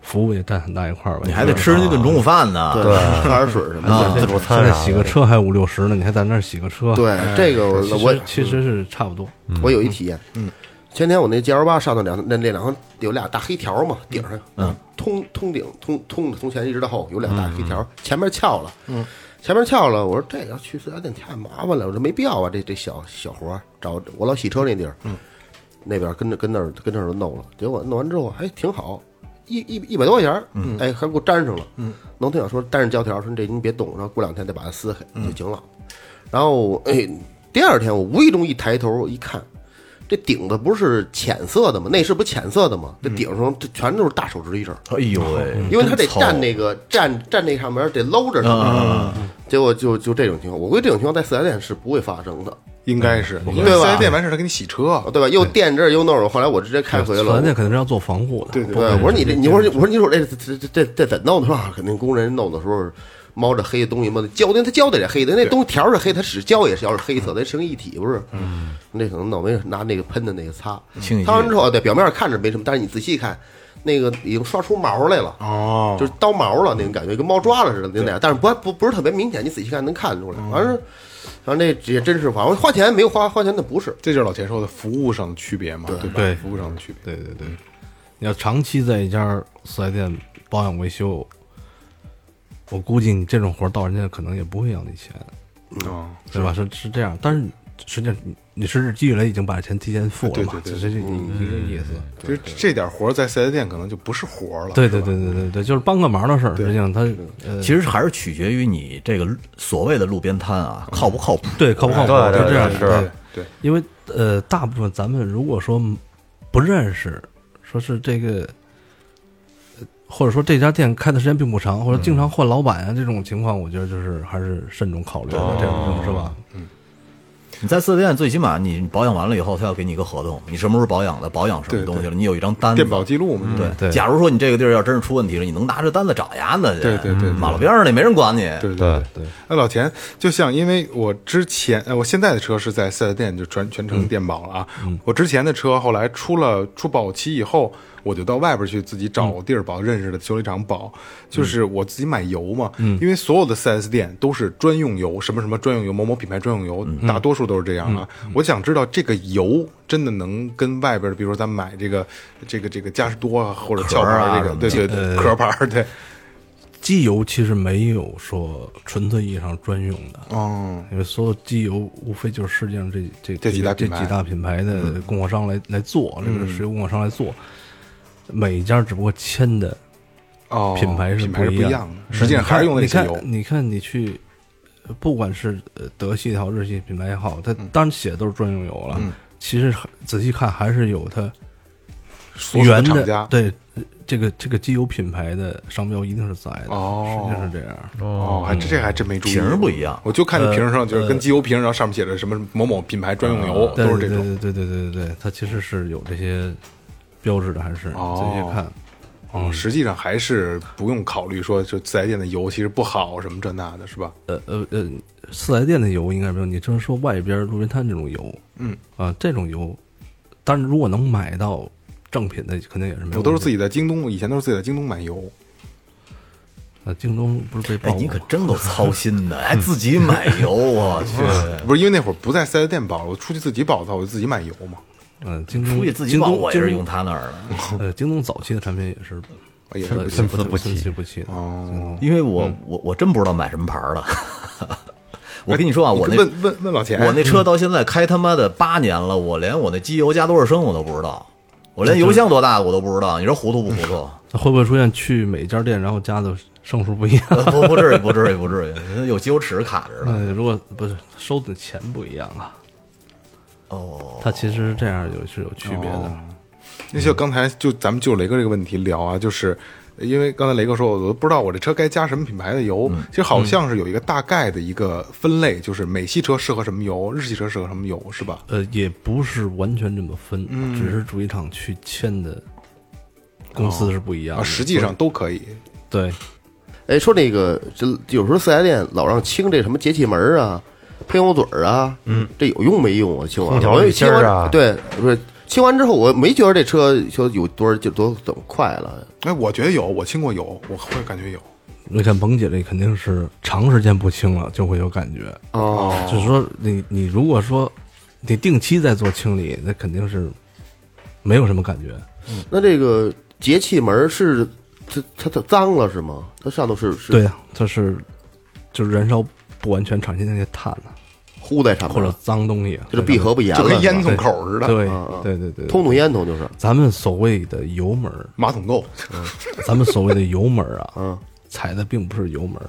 E: 服务也占很大一块儿吧。
B: 你还得吃人家顿中午饭呢。
D: 对，喝点水什么的。
A: 自助
E: 现
A: 餐
E: 在
A: 啥
E: 洗个
A: 的，
E: 车还五六十呢，你还在那儿洗个车？，
D: 对，这个
E: 其
D: 我我
E: 实其实是差不多。
D: 我有一体验，嗯，前天我那 G L 八上头两那那两行有俩大黑条嘛，顶上，嗯，通通顶通通的，从前一直到后有俩大黑条，前面翘了，嗯，前面翘了，我说这要去四 S 店太麻烦了，我说没必要啊，这这小小活儿找我老洗车那地儿，嗯，那边跟着跟那儿跟那儿弄了，结果弄完之后还挺好。一一一百多块钱，嗯，哎，还给我粘上了，嗯，农村小说粘上胶条，说这您别动，然后过两天再把它撕开就行了。然后哎，第二天我无意中一抬头一看，这顶子不是浅色的吗？内饰不浅色的吗？这顶上这全都是大手指印儿，
B: 哎呦喂，
C: 嗯
D: 因为它得
B: 真糙
D: 站那个站站那上面得搂着上面，结果就就这种情况，我估计这种情况在四 S 店是不会发生的，
C: 应该
E: 嗯
C: 是，因为
D: 对
C: 四
D: 吧
C: S 店完事儿他给你洗车，
D: 对吧？又垫这儿又弄着，后来我直接开回来嗯了
E: 人。家肯定是要做防护的。
C: 对
D: 对，我说你这，你我说我说你说这这这这这怎弄的吧？肯定工人弄的时候猫着黑的东西嘛，胶因为它胶的也黑的，那东西条是黑，它使胶也是要是黑色的，它成一体不是？嗯，那可能弄没拿那个喷的那个擦
B: 清洗，
D: 擦完之后，对，表面上看着没什么，但是你仔细看，那个已经刷出毛来了。
C: 哦，
D: 就是刀毛了那种感觉，跟猫抓了似的那种感觉，但是不不不是特别明显，你仔细看能看出来。反正，反正这也真是，反正花钱没有花花钱的不是，
C: 这就是老钱说的服务上的区别嘛，对吧？
E: 对
C: 服务上的区别。
E: 对对对，你要长期在一家四 S 店保养维修，我估计你这种活儿到人家可能也不会要你钱，
C: 哦，
E: 对吧？是是这样，但是实际上你你是积累已经把钱提前付了嘛，
C: 对对对
E: 只是这一个意思。
C: 其实这点活儿在四 S 店可能就不是活儿了。
E: 对对对对对对，就是帮个忙的事儿。实际上他呃，
B: 其实还是取决于你这个所谓的路边摊啊，靠不靠谱。
E: 对靠不靠谱
A: 对对
E: 就这样
A: 对
E: 对
A: 是
C: 对，
E: 因为呃，大部分咱们如果说不认识，说是这个，呃或者说这家店开的时间并不长，或者
C: 嗯
E: 经常换老板啊、这种情况，我觉得就是还是慎重考虑的，
C: 哦
E: 这种是吧？
B: 你在四 S 店最起码你保养完了以后，他要给你一个合同，你什么时候保养的，保养什么东西了，你有一张单子。
C: 电保记录嘛，
B: 对
E: 对
B: 假如说你这个地儿要真是出问题了，你能拿着单子找伢子去。
C: 对对对对
B: 马路边上那没人管你。
C: 对对
A: 对。
C: 那哎老钱，就像因为我之前，呃，我现在的车是在四 S 店就全全
B: 嗯
C: 程电保了啊。我之前的车后来出了出保期以后，我就到外边去自己
B: 嗯
C: 找地儿保，认识的修理厂保，就是我自己买油嘛。
B: 嗯
C: 因为所有的四 S 店都是专用油，什么什么专用油，某某品牌专用油，
B: 嗯
C: 大多数都是这样啊。我想知道这个油真的能跟外边的，比如说咱买这个这个这个嘉实多啊，或者壳牌
B: 壳
C: 儿
B: 啊
C: 这
B: 什
C: 个，
B: 么
C: 对对对，壳牌儿对，
E: 机油其实没有说纯粹意义上专用的，
C: 哦，
E: 因为所有机油无非就是世界上这这
C: 这几大
E: 这
C: 品牌嗯
E: 几大品牌的供货商来、来做，这个石油供货商来做，每一家只不过签的
C: 哦，
E: 品牌是
C: 品牌是
E: 不
C: 不
E: 一
C: 一
E: 样嗯
C: 样的，实际上还是用那
E: 你
C: 个
E: 看
C: 油，。
E: 你看你去，呃不管是呃德系也好，日系品牌也好，它
C: 嗯
E: 当然写的都是专用油了。其实还仔细看还是有它
C: 所属
E: 原
C: 的厂
E: 的
C: 家
E: 对呃这个这个机油品牌的商标一定是在的，
C: 哦
E: 实际上是这样。
C: 哦，还这还真没注意，
B: 瓶儿不一样
C: 我就看这瓶上就是跟机油瓶，然后上面写着什么某某品牌专用油，
E: 嗯啊对
C: 都是
E: 对
C: 这种。
E: 对对对对对对，它其实是有这些标志的，还是仔
C: 哦
E: 细看。
C: 哦，实际上还是不用考虑说就四 S 店的油其实不好什么这那的，是吧？
E: 呃呃呃，四 S 店的油应该没有，你就是说外边路边摊这种油，嗯啊，这种油，但是如果能买到正品的，肯定也是没有。
C: 我都是自己
E: 己，
C: 在京东，以前都是自己在京东买油，
E: 呃，京东不是被
B: 哎
E: 爆，
B: 你可
E: 吗？
B: 真够操
C: [LAUGHS]
B: 心的，还自己买油，我去。
C: 不是因为那会儿不在四 S 店保了，我出去自己保的话，我就自己买油嘛。
E: 嗯、京东
B: 出去自己保，我也是用。
E: 京
B: 他那儿的，
E: 东呃，京东早期的产品也是
C: 也是哎不
A: 参差不齐
E: 参差不齐的。
C: 哦，
B: 因为我我我真不知道买什么牌儿的。 [LAUGHS] 我跟你说啊，我
C: 哎你
B: 那
C: 问问问老钱，
B: 我那车到现在开他妈的八年了，我连我那机油加多少升我都不知道，我连油箱多大我都不知道，你说糊涂不糊涂？ [LAUGHS]
E: 那会不会出现去每一家店，然后加的升
C: [LAUGHS]
E: 数不一样？
B: 呃不不至于，不至于，不至于，有机油尺卡着呢。
E: 呃，如果不是收的钱不一样啊，
B: 哦，
E: 它其实这样有是有区别
C: 哦
E: 的。
C: 那就刚才就咱们就雷哥这个问题聊啊，就是因为刚才雷哥说，我都不知道我这车该加什么品牌的油，其实好像是有一个大概的一个分类，就是美系车适合什么油，日系车适合什么油，是吧？
E: 呃，也不是完全这么分，啊
D: 嗯
E: 只是主机厂去签的公
D: 哦
E: 司是不一样的。
C: 啊，实际上都可以。
E: 对，
D: 哎，说那个，这有时候四 S 店老让清这什么节气门儿啊、喷油嘴儿啊，嗯，这有用没用啊？清完
A: 空
D: 了
A: 调
D: 我
A: 滤
D: 也清
A: 芯儿
D: 完
A: 啊
D: 对，不是清完之后，我没觉得这车说有多少就多怎么快了，
C: 哎，我觉得有，我亲过有，我会感觉有。
E: 你看甭姐这肯定是长时间不清了，就会有感觉。
D: 哦，
E: 就是说你你如果说你定期在做清理，那肯定是没有什么感觉。
D: 那这个节气门是它它它脏了是吗？它上头是是
E: 对呀、啊它是就是燃烧不完全产生那些碳啊，
D: 糊在上
E: 或
D: 面
E: 者
D: 了，
E: 脏东西啊，
D: 嗯就是闭合不严
C: 就
D: 了，
C: 跟
D: 是吧
C: 烟囱口似的，
E: 对
D: 啊啊
E: 对对对，
D: 通通烟囱就是，
E: 咱们所谓的油门儿，
C: 马桶垢。
E: 咱们所谓的油门儿啊，
D: 嗯，
E: 踩的并不是油门儿，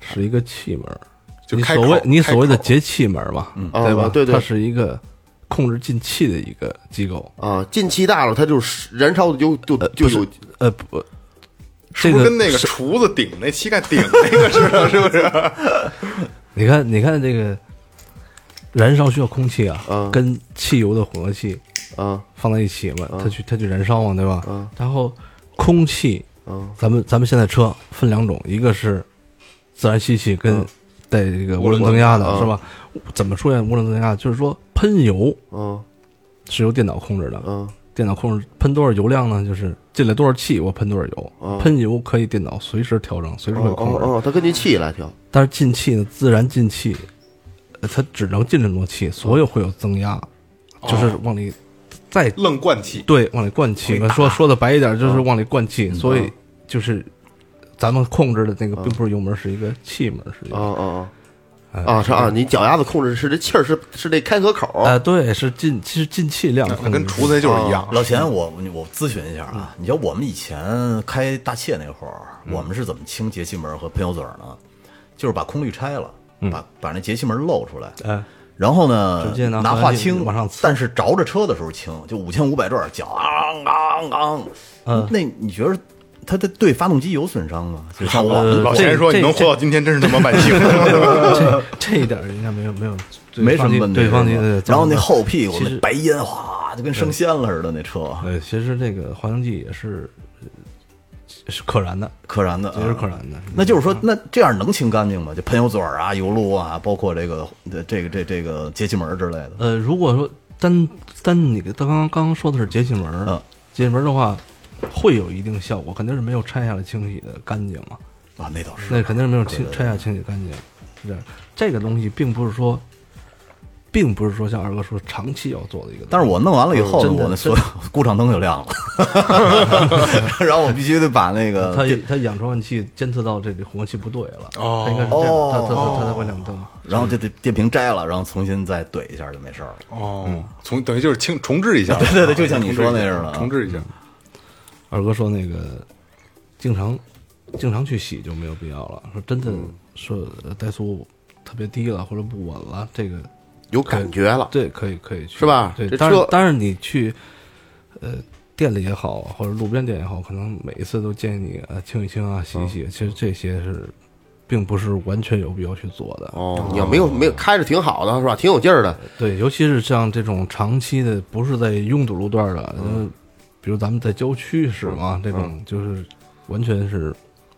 E: 是一个气门儿。
C: 就
E: 你
C: 开
E: 所
C: 口
E: 谓你
C: 开
E: 所谓的
C: 口嗯
E: 节气门儿嘛，对吧？
D: 啊对对
E: 它是一个控制进气的一个机构。
D: 啊，进气大了，它就是燃烧的就就就有
E: 呃不，
C: 是
E: 这
C: 不
E: 个
C: 是跟那个厨子顶那膝盖顶那个似的，是不是？
E: 你看，你看这个燃烧需要空气啊，
C: 嗯
E: 跟汽油的混合气
D: 啊
E: 放在一起嘛，它去它去燃烧嘛，对吧？然后空气，咱们咱们现在车分两种，一个是自然吸气跟带这个无轮增压的是吧？怎么出现无轮增压？就是说喷油
D: 嗯
E: 是由电脑控制的，
D: 嗯
E: 电脑控制喷多少油量呢？就是进来多少气，我喷多少油。喷油可以电脑随时调整，随时会
D: 哦
E: 控制。
D: 哦，它根据气来调，
E: 但是进气呢，自然进气，呃它只能进这么多气，所有会有增压，就是往里再
C: 愣灌气，
E: 对往里灌气。说说的白一点，就是往里灌气，所以就是咱们控制的那个并不是油门，是一个气门，是一
D: 哦
E: 个。
D: 哦
E: 哎
D: 哦，啊是啊，你脚丫子控制是这气儿是是这开合口，
E: 啊，对，是进，其实进气量
C: 那跟厨子就是一样。
B: 老钱，我我咨询一下啊，你知道我们以前开大切那会儿，我们是怎么清节气门和喷油嘴儿呢？就是把空滤拆了，把把那节气门露出来，
E: 哎，
B: 然后呢
E: 直接拿
B: 拿
E: 化
B: 化
E: 清
B: 清
E: 往上呲
B: 但是着着车的时候清，就五千五百转，脚昂昂昂，
E: 嗯
B: 那你觉得它的对发动机有损伤吗？就像我们
C: 老钱说：“
E: 这
C: 你能活到今天，真是他妈万幸。
E: [LAUGHS] [LAUGHS] 这这一点应该没有没有
B: 没什么问题，
E: 对方
B: 是吧
E: 的，
B: 然后那后屁股
E: 其
B: 那
E: 实
B: 白烟哗，就跟升仙了似的，那车
E: 呃，其实这个化妆剂也是呃是可燃的，
B: 可燃的，啊
E: 也是可燃的。
B: 嗯那就是说，那这样能清干净吗？就喷油嘴儿啊、油路啊，包括这个、这个、这、这个节气门儿之类的。
E: 呃，如果说单单你刚刚刚刚说的是节气门儿，
B: 嗯
E: 节气门儿的话，会有一定效果，肯定是没有拆下来清洗的干净嘛。
B: 啊，那倒是
E: 那肯定是没有清拆下清洗干净。是这样这个东西并不是说，并不是说像二哥说长期要做的一个东西。
B: 但是我弄完了以后呢，
E: 真的
B: 我那所有 [LAUGHS] 故障灯就亮了，然后我必须得把那个
E: 它
B: 电
E: 它氧传换器监测到这里混合气不对了，
C: 哦
E: 它应该是这样，它它
B: 哦
E: 它它才会亮灯。
B: 然后这这电瓶摘了，然后重新再怼一下就没事儿了”。
C: 哦，从等于就是清重置一下，
B: 对对对就像你说那
C: 重置一下重置
B: 似的啊
C: 一下。
E: 二哥说那个经常经常去洗就没有必要了。说真的，
B: 嗯
E: 说呃怠速特别低了或者不稳了，这个
D: 有感觉了，
E: 对可以可以去
D: 是吧
E: 对
D: 这，
E: 但是
D: 车
E: 但是你去呃店里也好，或者路边店也好，可能每一次都建议你呃清一清啊，洗一洗。其实这些是并不是完全有必要去做的。
D: 哦，你要没有没有开着挺好的是吧？挺有劲儿的，
E: 对，尤其是像这种长期的，不是在拥堵路段的，呃比如咱们在郊区使嘛，这种就是完全是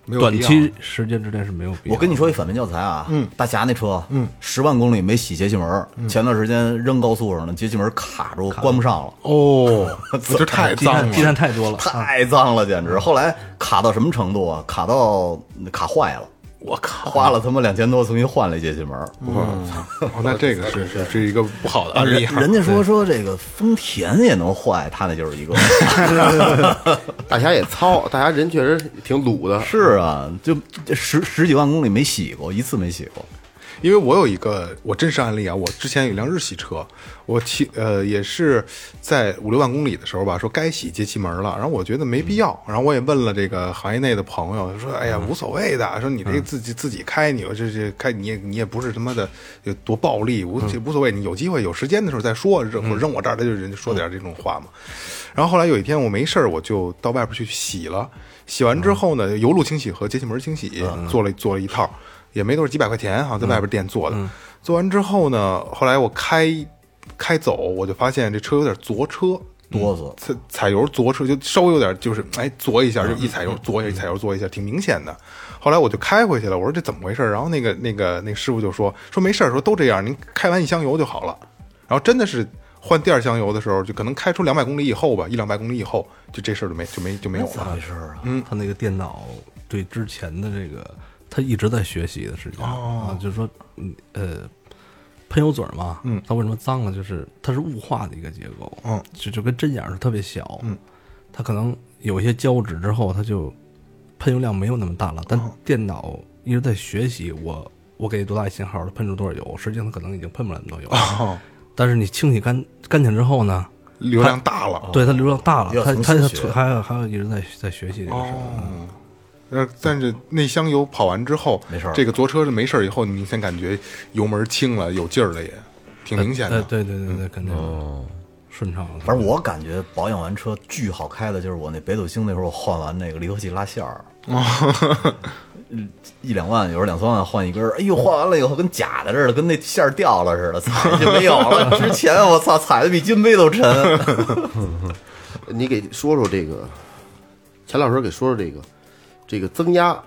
C: 没有
E: 短
C: 必要
E: 期时间之内是没有必要。
B: 我跟你，说一反面教材啊，嗯，大侠那车，嗯，十万公里没洗节气门儿，前段时间扔高速上了，节气门儿卡住，关不上了。
C: [LAUGHS] 哦，我觉得太
E: 积
C: 脏
E: 碳积
C: 了。
E: 碳太多了，啊
B: 太脏了，简直！后来卡到什么程度啊？卡到卡坏了，我靠，花了他妈两千多重新换了一节气门儿。
C: 哦，那这个是是是一个不好的案
B: 人
C: 例啊哈。
B: 人家说说这个丰田也能坏，他那就是一个。
D: 大侠也糙，大侠人确实挺鲁的，
B: 是啊，就这十十几万公里没洗过一次，没洗过。
C: 因为我有一个我真实案例啊，我之前有一辆日系车，我骑呃也是在五六万公里的时候吧，说该洗节气门了，然后我觉得没必要，然后我也问了这个行业内的朋友，说哎呀无所谓的，说你这自己自己开，你这这开你也你也不是他妈的有多暴力，无无所谓，你有机会有时间的时候再说，扔扔我这儿，他就人家说点这种话嘛。然后后来有一天我没事儿，我就到外边去洗了，洗完之后呢，油路清洗和节气门清洗做了做了一套，也没多少几百块钱哈，在外边店做的。做完之后呢，后来我开开走，我就发现这车有点左车。
B: 哆嗦
C: 踩踩油左车就稍微有点就是哎左一下就一踩油左一下一踩油左一下挺明显的，后来我就开回去了，我说这怎么回事儿？然后那个那个那个师傅就说说没事儿，说都这样，您开完一箱油就好了。然后真的是换第二箱油的时候，就可能开出两百公里以后吧，一两百公里以后，就这事儿就没就没就没有了。
E: 回事啊？嗯，他那个电脑对之前的这个，他一直在学习的事情、啊，就是说，嗯呃，喷油嘴儿嘛，嗯，它为什么脏了？就是它是雾化的一个结构，
C: 嗯，
E: 就就跟针眼儿是特别小，嗯，它可能有一些胶质之后，它就喷油量没有那么大了，但电脑一直在学习，我我给多大信号，它喷出多少油，实际上它可能已经喷不了那么多油了，
C: 哦，
E: 但是你清洗干干净之后呢，
C: 流量大了。
E: 对它流量大了
B: 要，
E: 它
B: 重
E: 它
B: 新
E: 它
B: 学
E: 还有还有一直在在学习这个事儿。
C: 哦，呃，但是那箱油跑完之后，
B: 没事儿
C: 这个坐车是没事儿以后，你明显感觉油门轻了，有劲儿了也，挺明显
E: 呃，
C: 的。
E: 对对
D: 嗯
E: 对对，肯定
D: 哦
E: 顺畅了。
B: 反正我感觉保养完车巨好开的，就是我那北斗星那会儿，我换完那个离合器拉线儿，嗯一两万，有时候两三万换一根儿，哎呦，换完了以后跟假的似的，跟那线儿掉了似的，踩就没有了。之前我操，踩的比金杯都沉。
D: 你给说说这个，钱老师给说说这个，这个增压，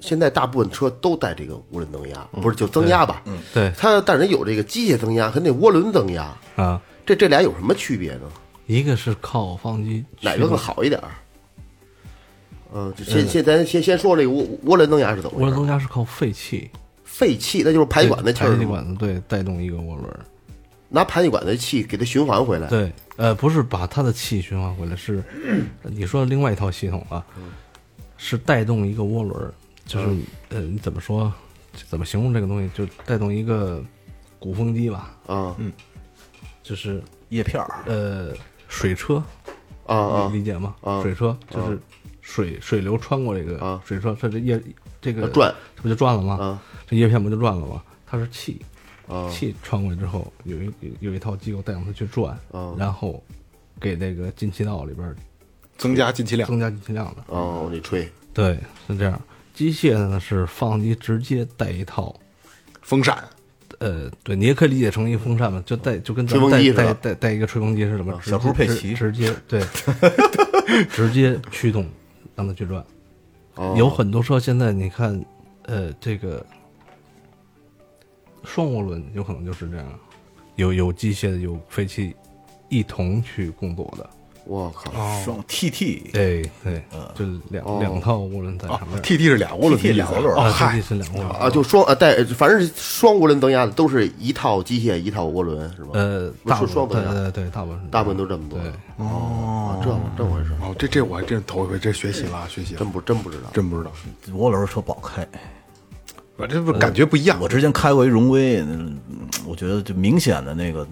D: 现在大部分车都带这个涡轮增压，不是就增压吧？嗯，
E: 对
D: 它但人有这个机械增压和那涡轮增压，
E: 啊，
D: 这这俩有什么区别呢？
E: 一个是靠发动机
D: 哪个更好一点儿？嗯，就先先咱先先说这个涡涡轮增压是怎么回
E: 涡轮
D: 事儿？
E: 增压是靠废气
D: 废气，那就是排气管那气
E: 排
D: 儿
E: 气
D: 是吗，
E: 管子对带动一个涡轮，
D: 拿排气管的气给它循环回来。
E: 对，呃，不是把它的气循环回
D: [CLEARS THROAT]
E: 来，是你说的另外一套系统了，
D: 嗯
E: 是带动一个涡轮，就是呃，你怎么说，怎么形容这个东西？就带动一个鼓风机吧，
D: 啊
E: 就是
B: 叶片儿，
E: 呃水车，
D: 啊啊
E: 理理解吗？水车就是水水流穿过这个
D: 啊
E: 水车，它这叶这个
D: 转，
E: 这不就转了吗
D: 啊？
E: 这叶片不就转了吗？它是气，
D: 啊
E: 气穿过去之后，有一有有一套机构带动它去转
D: 啊，
E: 然后给那个进气道里边
C: 增加进气量。
E: 增加进气量的。
D: 哦，你吹
E: 对，是这样。机械的呢是发动机直接带一套，
C: 风扇，
E: 呃，对你也可以理解成一风扇嘛，就带就跟咱们
D: 嗯吹风机
E: 带
D: 是吧啊
E: 带带带一个吹风机似的嘛，直
B: 小猪佩
E: 直
B: 奇
E: 直接对，
D: [LAUGHS]
E: 直接驱动让它去转。
D: 哦
E: 有很多车现在你看，呃，这个双涡轮有可能就是这样，有有机械的，有废气一同去工作的。
D: 我靠！
B: 双 TT
E: 哎，对，
D: 嗯
E: 就两、两套涡轮在
C: 哦
E: 上面。
C: ，T T 是俩涡轮的
B: TT
C: 意
B: 两
C: 思
B: 个轮
E: 啊
B: 儿，，
E: 飞机是两涡轮
D: 哦啊，就双啊带，反正是双涡轮增压的，都是一套机械一套涡轮是吧？
E: 呃，
D: 不
E: 大
D: 是
E: 部
D: 双
E: 分
D: 增
E: 对
D: 压，
E: 对对，大部分是
D: 大部分都这么多。
E: 对
D: 哦，这这回事，
C: 哦，这这我还真是头一回，这学习了，学习了，
D: 真不真不嗯知道。
C: 真不知道，
B: 涡轮车不好开。
C: 我这不感觉不一样
B: 我。之前开过一荣威，嗯我觉得就明显的那个，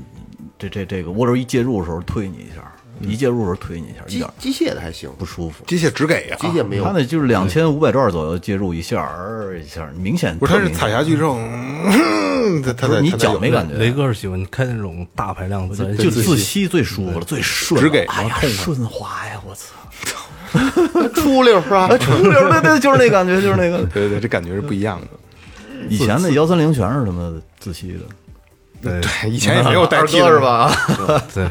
B: 这这这个涡轮一介入的时候推你一下，
C: 嗯
B: 一介入的时候推你一下，一
D: 机
B: 点儿
D: 机械的还行，
B: 不舒服。
C: 机械只给啊，
D: 机械没有
B: 他。那就是两千五百转左右介入一下儿一下儿，明显
C: 不是，它是
B: 特明显
C: 踩下去之后， [LAUGHS] 嗯它它
B: 不
C: 才
B: 是你
C: 它才有
B: 脚没感觉，啊
E: 雷哥是喜欢开那种大排量自然
B: 就
E: 吸
B: 自吸最舒服了，最顺了，
C: 直给
B: 哎
C: 然
B: 呀
C: 后痛快
B: 顺滑呀，我操，
D: [LAUGHS] 出溜啊是吧？
B: 对对对，就是那感觉，就是那
C: [LAUGHS]
B: 个
C: 对对，这感觉是不一样的。
B: 以前那幺三零全是他妈自吸的，
E: 对
C: 对，以前也没有代
D: 嗯二
C: 替
D: 哥
C: 的
D: 是？吧？
B: [LAUGHS]
E: 对，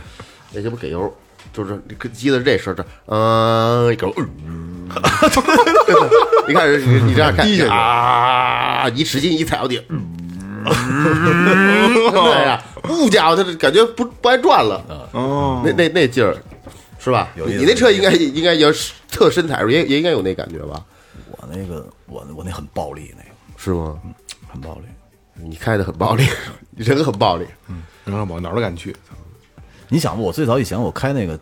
D: 那些不给油，就是你记得这事儿，这嗯， [LAUGHS] 给油，你看人你这样看
C: 低下去
D: 啊，一使劲一踩到底， [LAUGHS] 对呀，不家伙，他这感觉不不爱转了，
C: 哦，
D: 那那那劲儿是吧？
B: 啊有意思
D: 你那车应该应该也是特深踩，也也应该有那感觉吧？
B: 我那个我我那很暴力，那个
D: 是吗？
B: 嗯很暴力。
D: 你开的很暴力， [LAUGHS] 你人很暴力，
C: 然后往哪儿都敢去，
B: 你想吧，我最早以前我开那个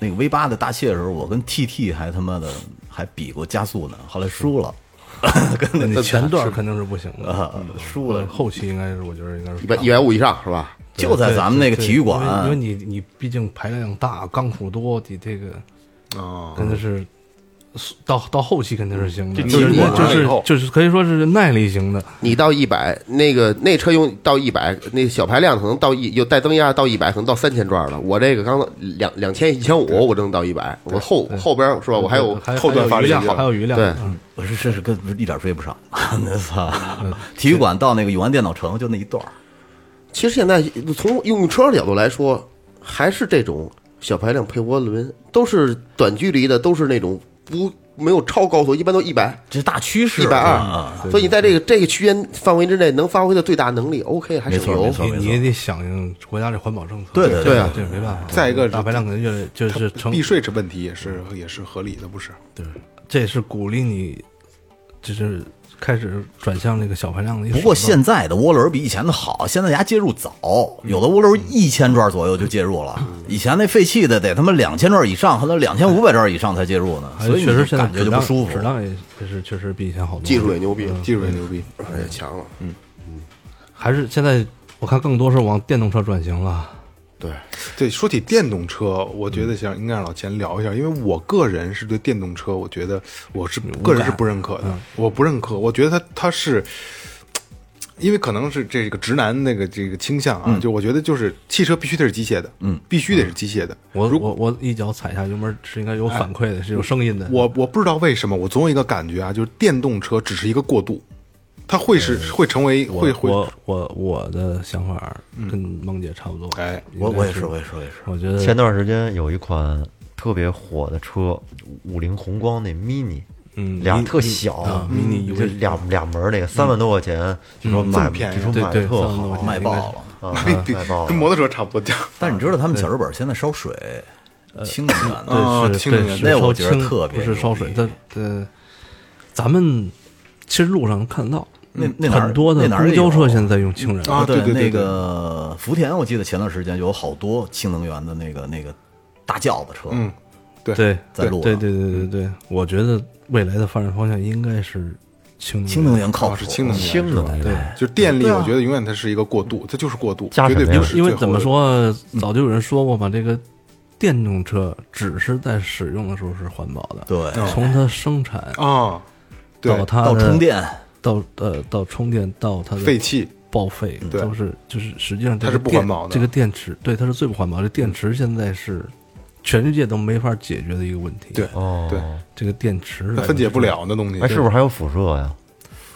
B: 那个 V 八的大切的时候，我跟 TT 还他妈的还比过加速呢，后来输了， [LAUGHS]
E: 那你前段肯定是不行的，
B: 啊，
E: 输了后期应该是我觉得应该是
D: 一百一百五以上是吧？
B: 就在咱们那个体育馆，
E: 因为因为你你毕竟排量大，钢骨多，你这个
C: 哦，
E: 真的是到到后期肯定是行的，
C: 这
E: 就
C: 体
E: 是
C: 育馆
E: 就
C: 完了以
E: 是
C: 后
E: 就是可以说是耐力型的，
D: 你到一百，那个那车用到一百，那小排量可能到一有带增压到一百，可能到三千转了。我这个刚两两千一千五，我就能到一百。我后后边是吧？我还有
E: 还
C: 后段发力
E: 还有余量
C: 量
E: 还有余量，
D: 对
E: 嗯
B: 我说这是跟一点追不上，那操！体育馆到那个永安电脑城就那一段儿，
D: 其实现在从用车角度来说，还是这种小排量配涡轮，都是短距离的，都是那种不没有超高速，一般都一百、
B: 这是大趋势，
D: 一百
B: 啊
D: 二，所以你在这个这个区间范围之内能发挥的最大能力，OK 还
B: 没
D: 省
B: 错
D: 油
B: 没。错
E: 你你也得响应国家这环保政策。
B: 对对对
E: 这没办法。
C: 再一个
E: 大排量可能越就是
D: 嗯
E: 成
C: 避税这问题也是也是合理的，不是？
E: 这也是鼓励你，就是开始转向那个小排量的一个
B: 不
E: 手段。
B: 过现在的涡轮比以前的好，现在人家介入早，有的涡轮一千转左右就介入了，
E: 嗯
B: 以前那废弃的得他妈两千转以上，可能两千五百转以上才介入呢，
E: 还是
B: 所以你
E: 哎确实现在
B: 感觉就不舒服
E: 质。量也确实确实比以前好多了。
D: 技术也牛逼，
B: 嗯
C: 嗯技术也牛逼，
D: 也强了。
E: 还是现在我看更多是往电动车转型了。
D: 对，
C: 对，说起电动车，我觉得想应该让老钱聊一下，因为我个人是对电动车，我觉得我是个人是不认可的，我不认可，我觉得它它是。因为可能是这个直男那个这个倾向啊，就我觉得就是汽车必须得是机械的，嗯，必须得是机械的。
E: 我
C: 如
E: 我我一脚踩下油门是应该
B: 哎
E: 有反馈的，是有声音的。
C: 我我不知道为什么，我总有一个感觉啊，就是电动车只是一个过渡，它会是会成为
E: 我
C: 会 [LAUGHS] 会，
E: 我我我的想法跟梦姐差不多。
C: 哎，
B: 嗯我我也是，我也是，我也是。
E: 我觉得
A: 前段时间有一款特别火的车，五菱宏光那 mini，
E: 嗯
A: 俩
E: 迷
A: 特小嗯
E: 啊迷你
A: 就俩俩门
E: 嗯
A: 儿那个三万多块钱，据说
C: 这
A: 买
C: 么便宜
A: 据说
E: 对
A: 买
E: 对
A: 的特
E: 三万多
A: 好
E: 块钱
B: 卖爆了。
A: 啊，
C: 对
A: 卖爆
C: 跟
A: 了。
C: 摩托车差不多，
B: 但是你知道他们小日本现在烧水，呃清理完
E: 对
B: 的，
C: 啊
E: 是
C: 听着
E: 对
C: 也
E: 是
B: 那我
E: 烧
B: 觉得
E: 清
B: 特别
E: 不是烧水，
B: 牛
E: 它它咱们其实路上能看到
B: 那那哪儿
E: 很多的
B: 那哪儿也
E: 公
B: 有
E: 交车现在在用氢燃
C: 啊
E: 料，
C: 对对对
B: 那个福田，我记得前段时间有好多氢能源的那个那个大轿子车，
C: 嗯，对
E: 对
B: 在路上嗯
E: 对对对对对，我觉得未来的发展方向应该是氢
B: 氢能
E: 能源，
B: 源靠
C: 啊
B: 谱，
C: 是氢能源，
A: 轻的
E: 嗯
A: 哎
E: 对。
C: 就是电力，我觉得永远它是一个过渡，它就是过渡，
A: 加
C: 绝对
A: 什么呀
C: 不是
E: 因为
C: 最后
E: 怎么
C: 的
E: 说，
B: 嗯
E: 早就有人说过嘛，这个电动车只是在使用的时候是环保的，
B: 对，
E: 从它生产
C: 啊？对
E: 到，它
B: 到
E: 的
B: 充，电，
E: 到呃到充电到它的
C: 废弃
E: 报废
C: 嗯对
E: 都是就是实际上这
C: 它是
E: 个
C: 不
E: 电
C: 环保的
E: 这个电池对它是最不环保的。这电池现在是全世界都没法解决的一个问题。
C: 对
A: 哦，
C: 对，
E: 这个电池
C: 它分解不。了那东西，
A: 哎，是不是还有辐射呀？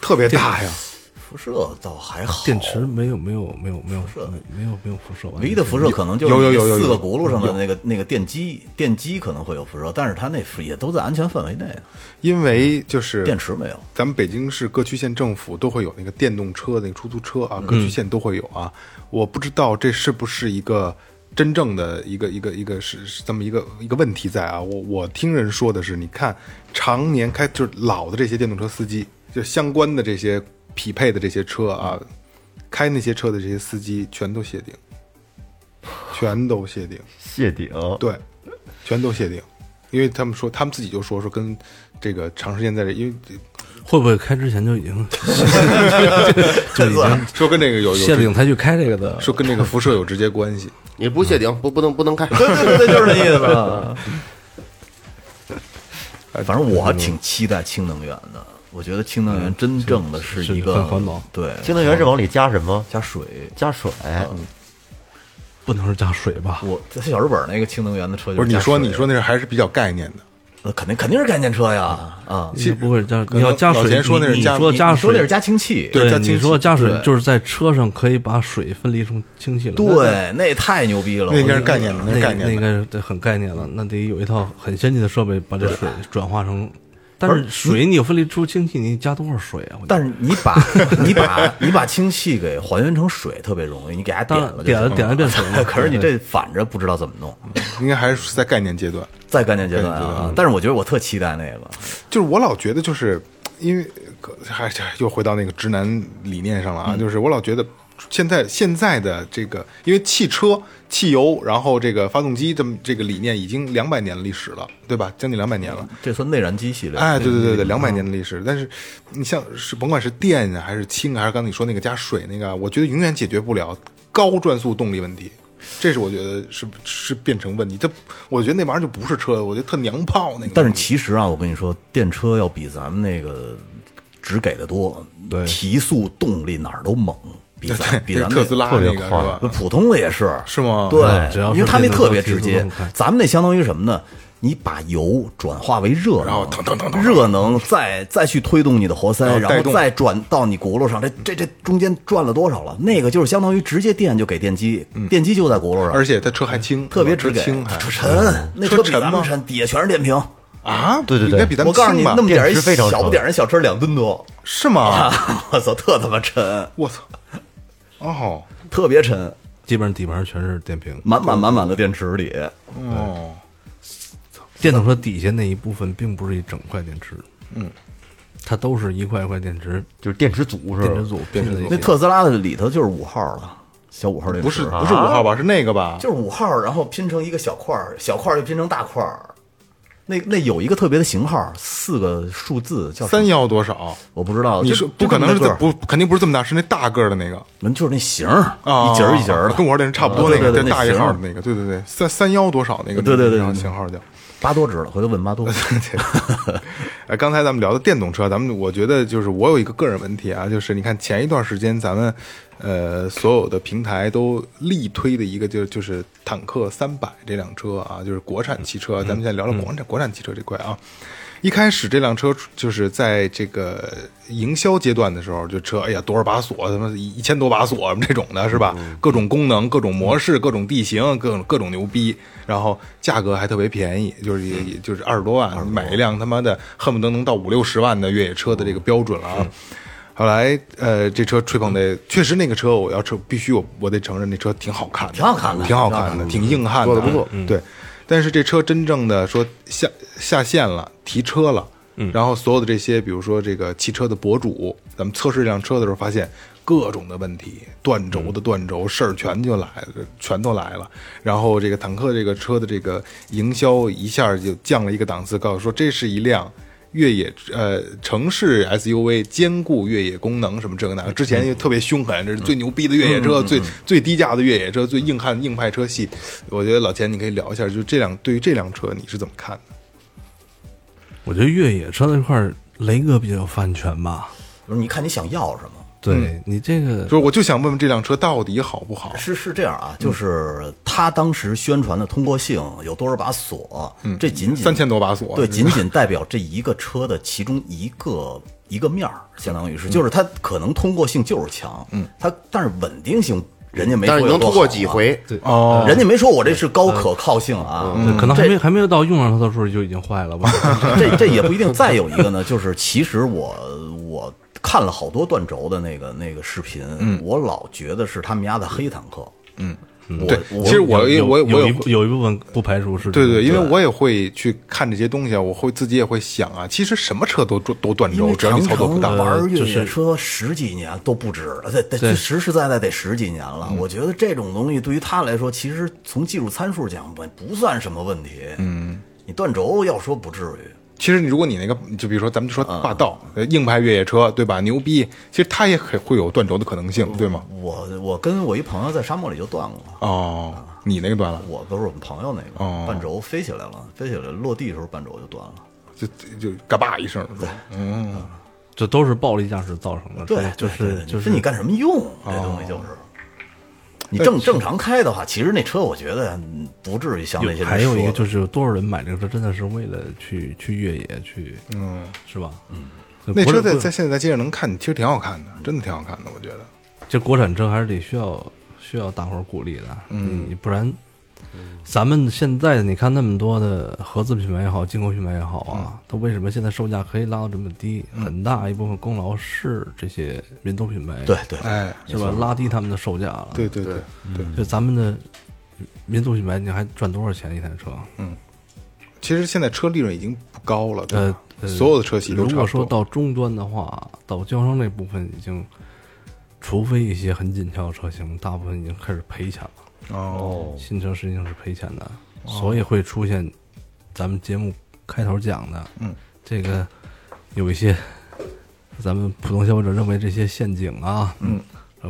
C: 特别大呀？
B: 辐射倒还好，
E: 电池没有没有没有没有
C: 啊
E: 没有没有辐射完全，
B: 唯一的辐射可能就是
C: 有有有有有
B: 四个轱辘上的那个那个电机，电机可能会有辐射，但是它那也都在安全范围内，
C: 因为就是
B: 电池没有。
C: 咱们北京市各区县政府都会有那个电动车那个出租车啊，各区县都会有啊。我不知道这是不是一个真正的一个一个一个是是这么一个一个问题在啊。我我听人说的是，你看常年开就是老的这些电动车司机，就相关的这些匹配的这些车啊，开那些车的这些司机全都谢顶，全都谢顶。
A: 谢顶，
C: 对，全都谢顶，因为他们说他们自己就说说跟这个长时间在这，因为
E: 会不会开之前
C: [LAUGHS]
E: 就已经就已经
C: [CLEARS THROAT] 说跟这个有有
E: 卸了顶才去开这个的？
C: 说跟这个辐射有直接关系。
D: 你不谢顶，不不能不能开。
B: [LAUGHS] 对对，就是这意思。哎反正我挺期待氢能源的，我觉得氢能源真正的是一
E: 嗯是
B: 个
E: 很环保
B: 对，
A: 氢能源是往里加什么？
B: 加水。
A: 加水。
E: 嗯不能是加水吧？
B: 我在小日本那个氢能源的车就
C: 不是你
B: 加
C: 说
B: 水
C: 你说那是还是比较概念的，
B: 那肯定肯定是概念车呀啊！
E: 应该不会是加，
C: 可
E: 你
C: 能
E: 要加
C: 老
E: 水，
C: 钱说那是
E: 你你
C: 加
E: 说
B: 你
E: 加
B: 你说那是
E: 水，
B: 加氢气，
C: 对加氢
E: 你说
C: 气
E: 加水
B: 对
E: 就是在车上可以把水分离成氢气了。那
B: 对，那也太牛逼了，
C: 那应该
B: 我
C: 是
B: 觉得
C: 概念的，那是概
E: 那
C: 念的。
E: 应
C: 嗯
E: 该是对很概念了，那得有一套很先进的设备把这水转化成。但是水你有分离出氢气，你加多少水啊？我觉得
B: 但是你把你把你把氢气给还原成水特别容易，你给它点了就行
E: 当然点了点了变水
B: [LAUGHS]
E: 了
B: 可是你这反着不知道怎么弄，
C: 应该还是在概念阶段。
B: 在概念阶
C: 哎
B: 段
C: 嗯
B: 啊。但是我觉得我特期待那个，
C: 就是我老觉得就是因为可还是又回到那个直男理念上了啊，就是我老觉得现在现在的这个，因为汽车、汽油，然后这个发动机这么这个理念已经两百年历史了，对吧？将近两百年了。
B: 这算内燃机系列。
C: 哎，对对对对，两
B: 啊
C: 百年的历史。但是你像是甭管是电啊，还是氢啊，还是刚才你说那个加水那个啊，我觉得永远解决不了高转速动力问题。这是我觉得是是变成问题，这我觉得那玩意儿就不是车，我觉得特娘炮那个。
B: 但是其实啊，我跟你说，电车要比咱们那个只给的多，
E: 对
B: 提速动力哪儿都猛，比
C: [LAUGHS]
B: 咱比
C: 那
B: 咱
C: 个
B: 们
C: 特斯拉
A: 特别
C: 那个是
A: 快
C: 吧？
B: 普通的也是
C: 是吗
B: 对，
E: 只要是
B: 因为它那
E: 电动
B: 特别
E: 车提
B: 直
E: 速
B: 接
E: 更快，
B: 咱们那相当于什么呢？你把油转化为热能，
C: 然后腾腾腾腾
B: 热能再再去推动你的活塞，
C: 然后带
B: 然后
C: 动
B: 再转到你轱辘上，这这这中间转了多少了？那个就是相当于直接电就给电机，
C: 嗯
B: 电机就在轱辘上，
C: 而且它车还轻，
B: 特别
C: 是吧车
B: 直给，
C: 轻还
B: 车沉，那
C: 车
B: 车比
C: 沉
B: 咱们
C: 吗
B: 沉，底下全是电瓶，
C: 啊，
A: 对对对
C: 应该比咱
B: 我
C: 们
B: 告诉
C: 轻
B: 你，
C: 吧？
B: 那么点儿一啊
A: 电池非常沉
B: 小不点儿一小车两吨多，
C: 是吗？
B: 我操，特他妈沉，
C: 我操！哦
B: 特别沉，
E: 基本上底盘全是电瓶。
B: 满满满满的电池里，
C: 哦，
E: 电动车底下那一部分并不是一整块电池，嗯，它都是一块一块电池
A: 就是电池组是
E: 电
A: 吧
E: 池？组拼在一
B: 那
E: 起。
B: 特斯拉的里头就是五号了，小五号电池
C: 不是啊不是五号吧？是那个吧？
B: 啊就是五号，然后拼成一个小块儿，小块儿又拼成大块儿。那那有一个特别的型号，四个数字叫什么
C: 三，幺多少？
B: 我不知道。
C: 你
B: 就是就
C: 不可能是
B: 这么
C: 这
B: 个个儿，
C: 不肯定不是这么大，是那大个儿的那个
B: 那就是那型儿，
C: 啊，
B: 一节儿一节儿
C: 跟
B: 的，
C: 我这人差不多那
B: 啊对
C: 个，
B: 对对
C: 跟大一
B: 那型
C: 号的那个，对对对，三三幺多少那个？
B: 对对对对
C: 那个
B: 对
C: 型
B: [LAUGHS]
C: 号叫。
B: 巴多知道，回头问巴多。
C: [LAUGHS] 哎，刚才咱们聊的电动车，咱们我觉得就是我有一个个人问题啊，就是你看前一段时间咱们呃所有的平台都力推的一个就就是坦克三百这辆车啊，就是国产汽车。咱们现在聊
B: 嗯
C: 聊国产国产汽车这块啊。一开始这辆车就是在这个营销阶段的时候，就车哎呀多少把锁，他妈一一千多把锁什么这种的是吧？各种功能、各种模式、各种地形、各种各种牛逼，然后价格还特别便宜，就是也也就是嗯二十多万，你买一辆他妈的恨不得能到五六十万的越野车的这个标准了啊。后来，呃，这车吹捧的确实那个车，我要车必须我我得承认那车挺好看的，
B: 挺好看的
C: 挺好看的，挺硬汉的，啊嗯
D: 做得不错
C: 对，但是这车真正的说下下线了，提车了，然后所有的这些，比如说这个汽车的博主，咱们测试这辆车的时候发现各种的问题，断轴的断轴事儿全就来了，全都来了。然后这个坦克这个车的这个营销一下就降了一个档次，告诉说这是一辆。越野呃城市 SUV 兼顾越野功能什么这个那个，之
B: 嗯
C: 前就特别凶狠，这是最牛逼的越野车，最最低价的越野车，最硬汉硬派车系。我觉得老钱你可以聊一下，就这辆对于这辆车你是怎么看的？
E: 我觉得越野车那块儿雷哥比较发言权吧。
B: 不是，你看你想要什么？
E: 对你这
C: 嗯
E: 个
C: 就是我就想问问这辆车到底好不好？
B: 是是这样啊，就是他当时宣传的通过性有多少把锁，这仅仅
C: 嗯三千多把锁，
B: 对，仅仅代表这一个车的其中一个一个面儿，相当于
C: 嗯
B: 是，就是它可能通过性就是强，嗯，它但是稳定性人家没说
D: 但是
B: 有
D: 你能
B: 多好啊，
D: 通过几回？
C: 哦，
B: 人家没说我这是高可靠性啊，
C: 嗯
E: 对可能还没还没有到用上它的时候就已经坏
C: [LAUGHS]
E: 了吧？
B: [LAUGHS] 这这也不一定。再有一个呢，就是其实我我看了好多断轴的那个那个视频，
C: 嗯
B: 我老觉得是他们家的黑坦克，嗯，
C: 对
B: 我
C: 其实我
E: 有
C: 我我
E: 有
C: 有
E: 一部有一部分不排除是
C: 对对，因为我也会去看这些东西啊，我会自己也会想啊，其实什么车都都断
B: 因
C: 轴，
B: 为
C: 只要
B: 长
C: 你操作
B: 城啊
C: 不当。
B: 玩越野车十几年都不止了，得得实实在在得十几年
C: 嗯
B: 了。我觉得这种东西对于他来说，其实从技术参数讲不不算什么问题。嗯，你断轴要说不至于，
C: 其实你如果你那个，就比如说咱们就说
B: 啊
C: 霸道、呃硬派越野车，对吧？牛逼，其实它也很会有断轴的可能性，
B: 哦
C: 对吗？
B: 我我跟我一朋友在沙漠里就断过。
C: 哦，你那个断了，
B: 我不是我们朋友那个、
C: 哦
B: 半轴飞起来了，飞起来落地的时候半轴就断了。
C: 就就嘎巴一声，是吧
E: 这都是暴力驾驶造成的。
B: 对，
E: 就
B: 对
E: 是哦
B: 对
E: 就
B: 你说你干什么用？啊这东西就是，你
E: 呃
B: 正正常开的话，其实那车我觉得嗯不至于像那些
E: 有
B: 人
E: 还有一
B: 说
E: 个
B: 的
E: 就是有多少人买这个车真的是为了去去越野去，嗯，是吧？嗯，
C: 那车在
E: 在
C: 在现在在街上能看，其实挺好看的，真的挺好看的，我觉得。
E: 这国产车还是得需要需要大伙儿鼓励的，嗯，你不然，咱们现在你看那么多的合资品牌也好，进口品牌也好
C: 嗯
E: 啊，它为什么现在售价可以拉到这么低？很大一部分功劳是这些民族品牌，
B: 对，对，
C: 哎，
E: 是吧？拉低他们的售价了，
C: 对，对对对，
E: 就咱们的民族品牌，你还赚多少钱一台车？
C: 其实现在车利润已经不高了，对吧
E: 呃，呃
C: 所有的车企都
E: 如
C: 差
E: 果
C: 不
E: 说
C: 多。
E: 到终端的话，到经销商这部分已经，除非一些很紧俏的车型，大部分已经开始赔钱了。
C: 哦，
E: 新车实际上是赔钱的，所以会出现咱们节目开头讲的，嗯，这个有一些咱们普通消费者认为这些陷阱啊，嗯，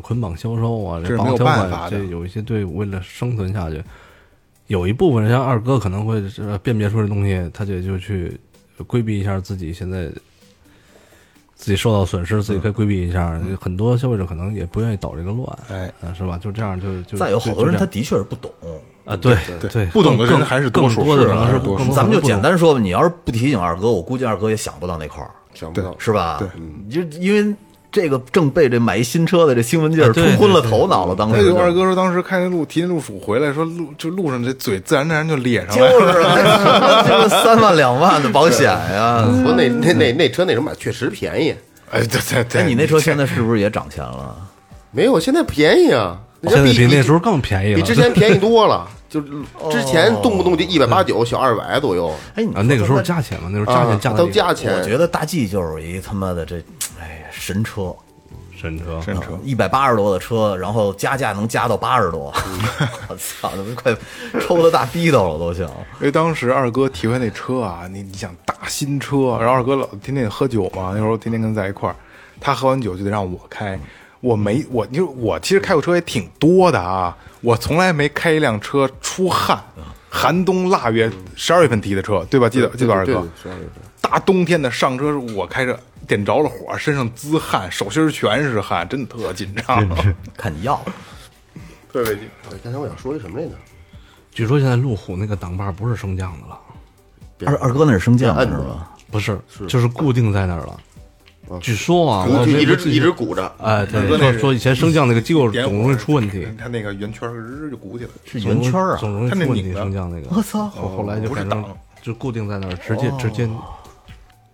E: 捆绑销售啊，
C: 这是没
E: 绑
C: 有
E: 消
C: 办法
E: 费，
C: 的
E: 这有一些队伍为了生存下去，有一部分人像二哥可能会呃辨别出这东西，他就就去规避一下自己现在。自己受到损失，自己可以规避一下。很多消费者可能也不愿意捣这个乱，
C: 嗯哎
E: 啊，是吧？就这样，就就
B: 再有好多
E: 就这
B: 人
E: 样
B: 他的确是不懂。
E: 啊，对对，
C: 不懂的人
E: 更
C: 还是
E: 更
C: 多数
E: 多的
C: 是
E: 人
C: 吧
E: 是
C: 多数
E: 不更
B: 咱们就
E: 多的不
B: 简
E: 懂
B: 单说吧，你要是不提醒二哥，我估计二哥也想不到那块儿，
D: 想不到，
B: 是吧？
C: 对
B: 你就因为这个正被这买一新车的这兴奋劲儿
F: 啊对
B: 冲昏了头脑了，当
C: 那
B: 时
C: 就
B: 就
C: 哎二哥说，当时开那路提那路虎回来，说路就路上这嘴自然自然就咧上
B: 就
C: 来了。
B: 是啊这个三万两万的保险
E: [LAUGHS]
B: 呀。
D: 不过那那那那车那什么确实便宜，
C: 嗯哎，对对
B: 哎，
C: 对，
B: 你那车现在是不是也涨钱了？
D: 没有现在便宜啊，人
E: 现
D: 家
E: 在比
D: 比
E: 那时候更便宜
D: 比
E: 了。
D: 之前便宜多了，就
C: 哦
D: 之前动不动就一百八九小二百左右
B: 哎，你
E: 啊，那个时候
B: 说
E: 加钱嘛，那时候加
D: 啊
E: 钱加，的
D: 都加钱，
B: 我觉得大 G 就是一他妈的这，哎，神车，
E: 神车，
C: 真车，
B: 一百八十多的车，然后加价能加到八十多， [LAUGHS] 我操，他妈快抽的大逼斗了都行。
C: 因为哎当时二哥提回那车啊，你你想大新车，然后二哥老天天喝酒嘛，那时候天天跟在一块儿，他喝完酒就得让我开，我没我你说我其实开过车也挺多的啊，我从来没开一辆车出汗，
E: 嗯
C: 寒冬腊月十二月份提的车，对吧？记得记得吧二
D: 对
C: 哥，
D: 对对
C: 大冬天的上车，我开着点着了火，身上滋汗，手心儿全是汗，真的特紧
E: [LAUGHS]
C: 张。
B: [LAUGHS] 看你要，
C: 特别紧张。
D: 哎刚才我想说一什么来着？
E: 据说现在路虎那个挡把不是升降的了，
B: 二二哥那是升降
D: 摁
B: 是
D: 着
B: 吧？
E: 不是，就是固定在那儿了。据说啊，
D: 鼓
E: 我
D: 就一直
E: 没
D: 一直鼓着，
E: 哎，
C: 二哥那
E: 对，说
C: 是
E: 说以前升降那个机构
C: 点
E: 总
C: 火
E: 容易出问题，
C: 他那个圆圈儿日就鼓起来了。
B: 是圆圈啊
E: 总！容易
C: 它那
E: 出问
C: 拧
E: 题。
C: 的
E: 升降那个，
B: 我操
E: 后后来就
C: 不是
E: 改
C: 挡
E: 成就固定在那儿，直接直接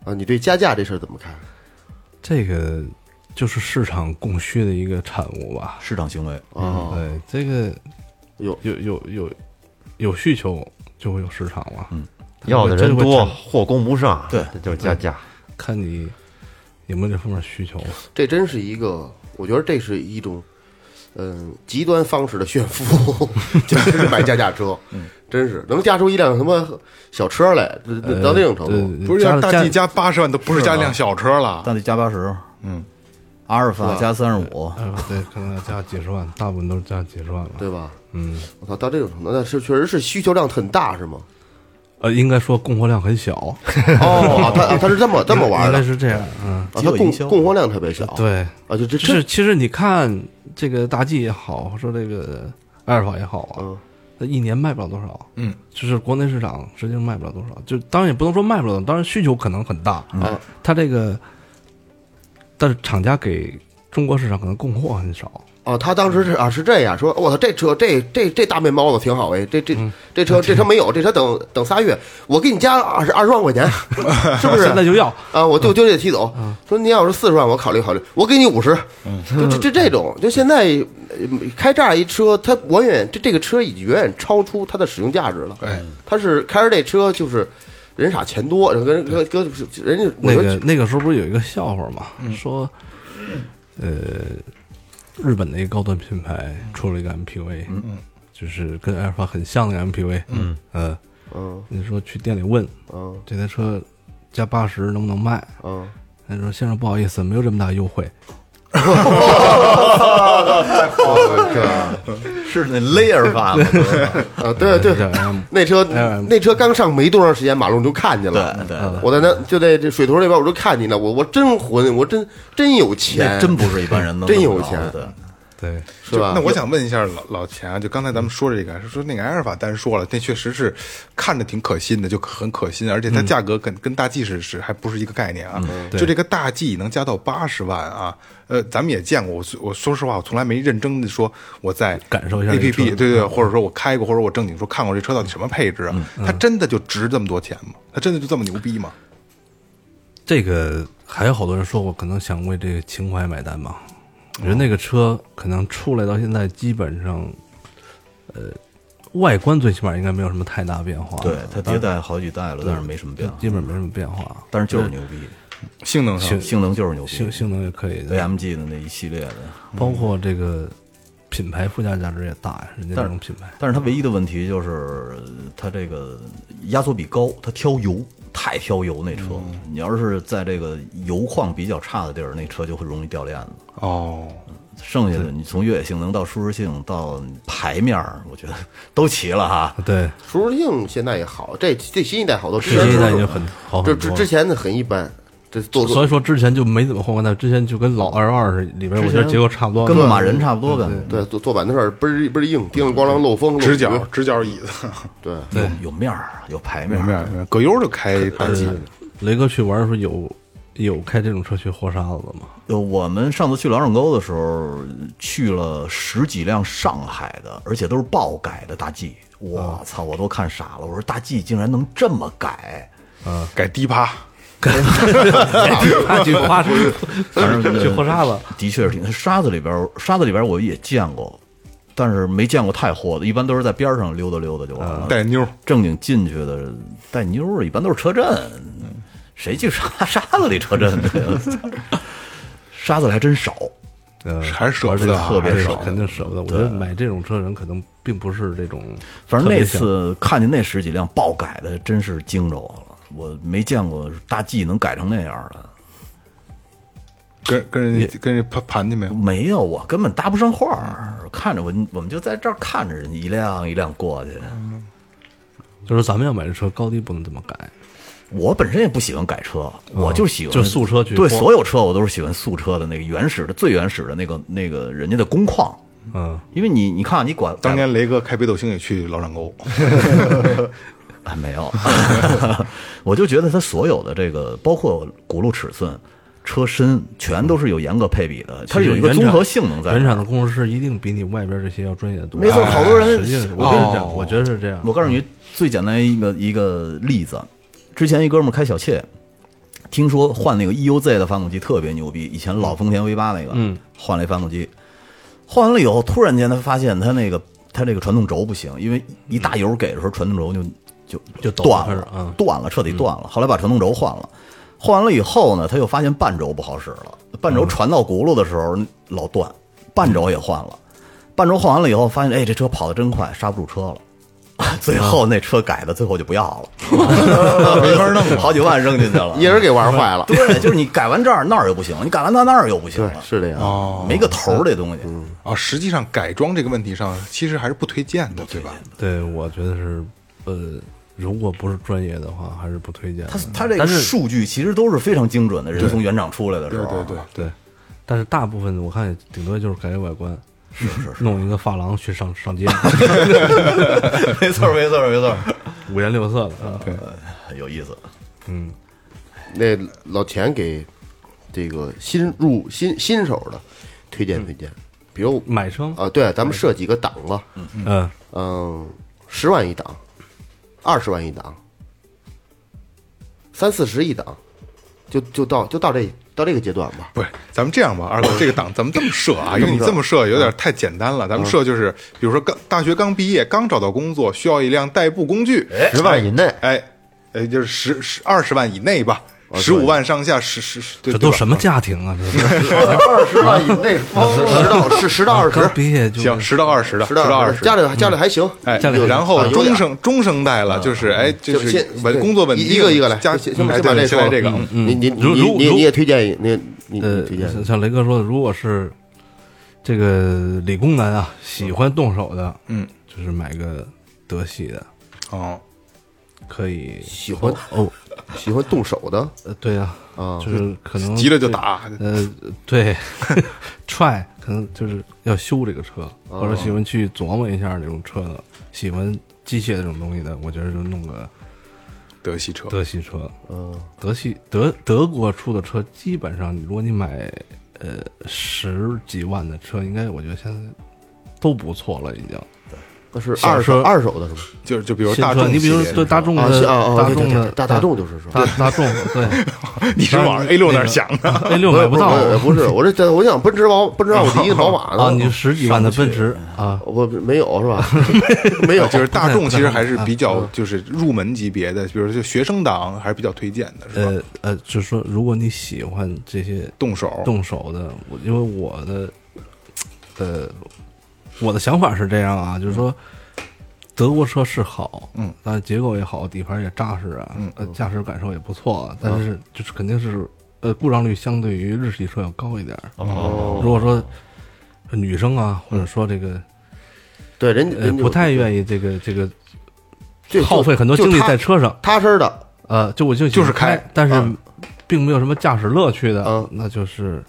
D: 啊，你对加价这事儿怎么看？
E: 这个就是市场供需的一个产物吧。
B: 市场行为，
E: 嗯
D: 啊，
E: 对，这个
D: 有
E: 有有有有需求就会有市场嘛。嗯，
A: 要的人多，
E: 产
A: 货供不上，
B: 对，
A: 就是加价。
E: 看你有没有这方面需求。
D: 这真是一个，我觉得这是一种，嗯，极端方式的炫富， [LAUGHS] 就是买加价车，
E: 嗯
D: 真是能加出一辆什么小车来，这这到那种程度，
E: 呃
C: 不是
E: 加
C: 要
E: 了
C: 大 G 加
E: 加
C: 八十万都不是加辆小车了，
B: 大 G 加八十，嗯，阿尔法加三十 [LAUGHS] 五，
E: 呃对，可能要加几十万，大部分都是加几十万了。
D: 对吧？
E: 嗯，
D: 我操，到这种程度，那是确实是需求量很大，是
E: [LAUGHS]
D: 吗？
E: 呃，应该说供货量很小，
D: 哦，啊他啊他是这
E: [LAUGHS]
D: 么这么玩
E: 应
D: 的
E: 该，是这样。嗯，
D: 啊，他
B: 饥饿营
D: 供
B: 销
D: 供货量特别小，
E: 对，
D: 啊，就这
E: 就
D: 这
E: 是其实你看这个大 G 也好，说这个阿尔法也好啊，
D: 嗯
E: 它一年卖不了多少，
C: 嗯，
E: 就是国内市场实际上卖不了多少，就当然也不能说卖不了多少，当然需求可能很大，
D: 啊
E: 它这个，但是厂家给中国市场可能供货很少，
D: 哦，他当时是啊是这样说，我操，这车这这这大面包子挺好哎，这这
E: 嗯
D: 这
E: [LAUGHS]
D: 车这车没有，这车等等仨月，我给你加二十二十万块
E: [LAUGHS]
D: 钱，是不
E: 现在
D: 是？
E: 就要，
D: 啊，我就就得提走。说您要是四十万，我考虑考虑，我给你五十，就这这这种，就现在呃开这样一车，它我远这这个车已经远远超出它的使用价值了。
C: 哎，
D: 它是开着这车就是人傻钱多，跟跟跟人家我
E: 那
D: 觉
E: 个
D: 得
E: 那个时候不是有一个笑话嘛，说，呃，日本的一个高端品牌出了一个 MPV，嗯就是跟阿尔法很像的 MPV，嗯呃，
D: 嗯
E: 你说去店里问
D: 嗯
E: 这台车加八十能不能卖？
D: 嗯，
E: 他说先生不好意思，没有这么大优惠，
B: 是那 layer 法吗？
D: 啊对对
E: 这，样
D: 那车
E: 哎
D: 那车刚上没多长时间，马路就看见了。嗯
B: 对
E: 对
D: 我在那就在这水头那边，我就看见了。我我真混，我真真有钱，
B: 那真不是一般人能
D: 真有
B: 弄到
D: 钱
B: 的
E: 对，
D: 是吧？
C: 那我想问一下老老钱啊，就刚才咱们说这个，说那个埃尔法单说了，那确实是看着挺可信的，就很可信，而且
E: 嗯
C: 它价格跟、跟大 G 是是还不是一个概念啊。就这个大 G 能加到八十万啊，呃，咱们也见过，我我说实话，我从来没认真的说我在
E: 感受一下
C: A P
E: 这个车嗯
C: P，对对，或者说我开过，或者我正经说看过这车到底什么配置啊，它真的就值这么多钱吗？它真的就这么牛逼吗？
E: 这个还有好多人说我可能想为这个情怀买单吧，我觉得那个车可能出来到现在基本上，呃，外观最起码应该没有什么太大变化，
B: 对它迭代好几代了，但是没什么变化，
E: 基本没什么变化，
B: 但是就是牛逼，
C: 性能上，
B: 啊性能就是牛
E: 性
B: 逼
E: 性能也可以，
B: ，AMG 的那一系列的。
E: 包括这个品牌附加价值也大呀，人家
B: 但
E: 这
B: 是
E: 种品牌，
B: 但是它唯一的问题就是呃它这个压缩比高，它挑油，太挑油那车。你要是在这个油况比较差的地儿，那车就会容易掉链子。
C: 哦，
B: 剩下的你从越野性能到舒适性到排面儿，我觉得 [LAUGHS] 都齐了哈。
E: 对，
D: 舒适性现在也好，这这新一代好多，之
E: 这
D: 前
E: 一
D: 都
E: 代已
D: 是
E: 经很好
D: 这
E: 哦很
D: 之
E: 多
D: 之
E: 了。
D: 前的很一般，这做
E: 所
D: 做
E: 以说之前就没怎么换过代，之前就跟老二二里边，我觉得结构差不多，
B: 跟马人差不多呗。
D: 对做做板凳儿倍儿倍儿硬，叮了咣啷漏风漏
C: 直角
D: 雨
C: 直角椅子，
D: 对，
B: 有有面儿，有排面
C: 明
B: 儿，
C: 白？明白葛优就开大 G
E: 雷哥去玩的时候有有开这种车去豁沙子的
B: [LAUGHS]
E: 吗？
B: 呃，我们上次去老掌沟的时候，去了十几辆上海的，而且都是爆改的大 G。我操，我都看傻了！我说大 G 竟然能这么改，
C: 改低趴，
E: 他去
B: [LAUGHS]
E: 花市，
B: 反正
E: 去豁沙子，
B: 的确是挺沙子里边儿，沙子里边儿我也见过，但是没见过太豁的，一般都是在边儿上溜达溜达就完了。
C: 啊带妞儿，
B: 正经进去的带妞儿，一般都是车震，谁去沙 [LAUGHS] 沙子里车震的呀？ [LAUGHS] 沙子里还真少，
E: 呃
C: 还是舍不得啊
B: [LAUGHS] 特别
E: 这
B: 少
E: 个肯定舍不得。我觉得买这种车的人可能并不是这种，
B: 反正那次看见那十几辆爆改的，真是惊着我了，我没见过大 G 能改成那样的，
C: 跟跟人家跟人家盘盘去没有？
B: 没有，我根本搭不上话儿。看着我，我们就在这儿看着人一辆一辆过去。
E: 就是咱们要买这车，高低不能这么改。
B: 我本身也不喜欢改车，我就喜欢
E: 哦就素车去
B: 对，
E: 逛
B: 所有车我都是喜欢素车的那个原始的最原始的那个那个人家的工况，
E: 嗯，
B: 因为你你看啊你管
C: 当年雷哥开北斗星也去老掌沟，
B: 啊，没有， [LAUGHS] 我就觉得它所有的这个，包括轱辘尺寸、车身，全都是有严格配比的，它是有一个
E: 其实
B: 综
E: 原厂
B: 合性能在
E: 原
B: 的。
E: 厂的工程师一定比你外边这些要专业的多。啊
B: 没错，好多人
E: 实，际上我跟你讲，我觉得是这样。
B: 我告诉你最简单一个一个例子，之前一哥们儿开小妾，听说换那个 EUZ 的发动机特别牛逼，以前老丰田 V 八那个，嗯，换了一发动机，换完了以后，突然间他发现他那个他这个传动轴不行，因为一大油给的时候，传动轴就就
E: 就抖
B: 断
E: 开始
B: 了，
E: 嗯
B: 断了，彻底断了。后来把传动轴换了，换完了以后呢，他又发现半轴不好使了，半
E: 嗯
B: 轴传到轱辘的时候老断，半轴也换了，半轴换完了以后，发现哎这车跑得真快，刹不住车了。 [LAUGHS] 最后那车改的，最后就不要了，没法弄，好几万扔进
D: [LAUGHS]
B: 去了。
D: 一人给玩坏了。
B: 对，就是你改完这儿那儿又不行，你改完那儿那儿又不行
D: 对，
B: 了，啊
D: 是这样。
B: 没个头儿这东西。
C: 啊，实际上改装这个问题上，其实还是不推荐的，对吧？
E: 对，我觉得是，呃，如果不是专业的话，还是不推荐的。
B: 它它这个
E: 但是
B: 数据其实都是非常精准的，人从原厂出来的时
C: 对
B: 候，
C: 对对，
E: 对，但是大部分我看顶多就是改改外观，是是是，弄一个发廊去上上街，
B: [LAUGHS] 没错没错没错，
E: 五颜六色的。
B: 哎有意思。
D: 那老钱给这个新入新新手的推荐推荐，比如
E: 嗯买车吗，
D: 啊，对，咱们设几个档吧，
E: 嗯，
D: 嗯，十万一档，二十万一档，三四十一档，就就到就到这到这个阶段吧。
C: 不是，咱们这样吧，二哥，这个档咱们这么设啊，因为你这么设有点太简单了。咱们设就是，比如说刚大学刚毕业，刚找到工作，需要一辆代步工具，
A: 十万以内，
C: 哎，呃，就是十十二十万以内吧，十五万上下，十十十，对
E: 这都
C: 对吧
E: 什么家庭啊？这
D: [LAUGHS]
E: 是
D: 二十万以内，十到是十到二十
E: 刚，毕业就
C: 行，十到二
E: 啊
C: 十的，
D: 十
C: 到
D: 到
C: 二
D: 家里
E: 嗯
D: 家里还行，
C: 哎，
E: 家里
C: 然
D: 啊
C: 后
D: 有
C: 中
D: 点
C: 生中生代了，就是哎，就
D: 就是先
C: 稳
D: 对
C: 工作稳定，
D: 一一个一个来，
C: 家
D: 先先
E: 嗯
C: 哎
D: 先
C: 对
D: 把
C: 先来
D: 这
C: 这个，
D: 说
C: 嗯
D: 你你
E: 如
D: 你
E: 如
D: 你
E: 如
D: 你也推荐你你你推
E: 呃，
D: 荐
E: 像像雷哥说的，如果是这个理工男啊，喜欢动手的，
C: 嗯，
E: 就是买个德系的，
C: 哦，
E: 可以
D: 喜欢
E: 哦，
D: 喜欢动手的
E: 呃，对呀，
D: 啊
E: 就是可能
C: 急了就打，
E: 呃，对 [LAUGHS] ，try 可能就是要修这个车，
D: 哦
E: 或者喜欢去琢磨一下这种车的，喜欢机械这种东西的，我觉得就弄个
C: 德系车，
E: 德系车。嗯，
D: 呃
E: 德系德德国出的车，基本上如果你买呃十几万的车，应该我觉得现在都不错了，已经。
D: 那是
E: 小
D: 二手
E: 车
D: 二手的是吗？
C: 就是就比如
E: 新
C: 大
E: 车，
C: 众
E: 你
C: 系列，
E: 比如对大众
D: 啊
E: 的
D: 是啊啊
E: 大
D: 对对
E: 众
D: 对
E: 的
D: 大大众就是说
E: 大大众对
C: 你是往 A 六那儿想的，
E: A 六买不到
D: 我我不是，我这这我想奔驰宝奔驰奥迪宝马呢，
E: [LAUGHS] 啊，你就十几万的奔驰啊，
D: 我没有是
E: [LAUGHS]
D: 吧？没有，
C: 就是大众其实还是比较就是入门级别的，比如就学生党还是比较推荐的，是吧？
E: 呃呃，就是说如果你喜欢这些
C: 动手，
E: 动手的，我因为我的，呃，我的想法是这样啊，就是说，德国车是好，嗯，但是结构也好，底盘也扎实啊，嗯，呃，驾驶感受也不错啊，但是就是肯定是，呃，故障率相对于日系车要高一点。哦，如果说女生啊，或者说这个
D: 对人
E: 呃
D: 人
E: 不太愿意这个这个
D: 就
E: 耗费很多精力在车上，
D: 踏实的，
E: 呃，就我啊就喜欢
C: 就是开
E: 开，啊但是并没有什么驾驶乐趣的
D: 嗯，
E: 那就是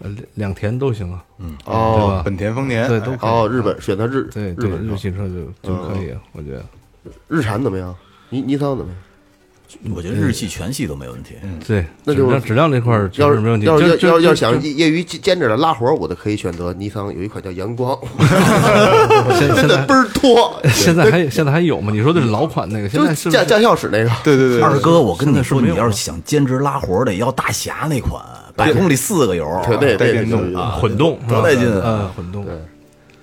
E: 呃两两田都行啊，对
D: 哦
E: 吧？
C: 本田、丰田，
E: 对，都可以
D: 哦，日本选择日
E: 对
D: 日
E: 对
D: 本嗯
E: 日
D: 车
E: 系车就就可以，我觉得
D: 日产怎么样？尼尼桑怎么样？
B: 我觉得日系、全系都没问题。
E: 对，
D: 那就
E: 质量质量这块儿确
D: 要
E: 实
D: 是
E: 没问题。
D: 要是
E: 就
D: 要
E: 就
D: 要
E: 就
D: 要想业余兼职的拉活儿，我都可以选择尼桑有一款叫阳光，
E: 现
D: 真
E: 现
D: 的
B: [LAUGHS]
E: 在
D: 倍儿多。
E: 现在还现在还有吗？你说的是老款那个，现
D: 就
E: 在
D: 是
E: 是
D: 驾驾校室那个，
C: 对对对，
B: 二哥，我跟你说，
E: 现在是没
B: 你
E: 有
B: 要是想兼职拉活的，要大侠那款，百公里四个油，
D: 对对
C: 带
D: 对
C: 电动
D: 啊，
E: 混动，
B: 多带劲啊
E: 嗯，混动，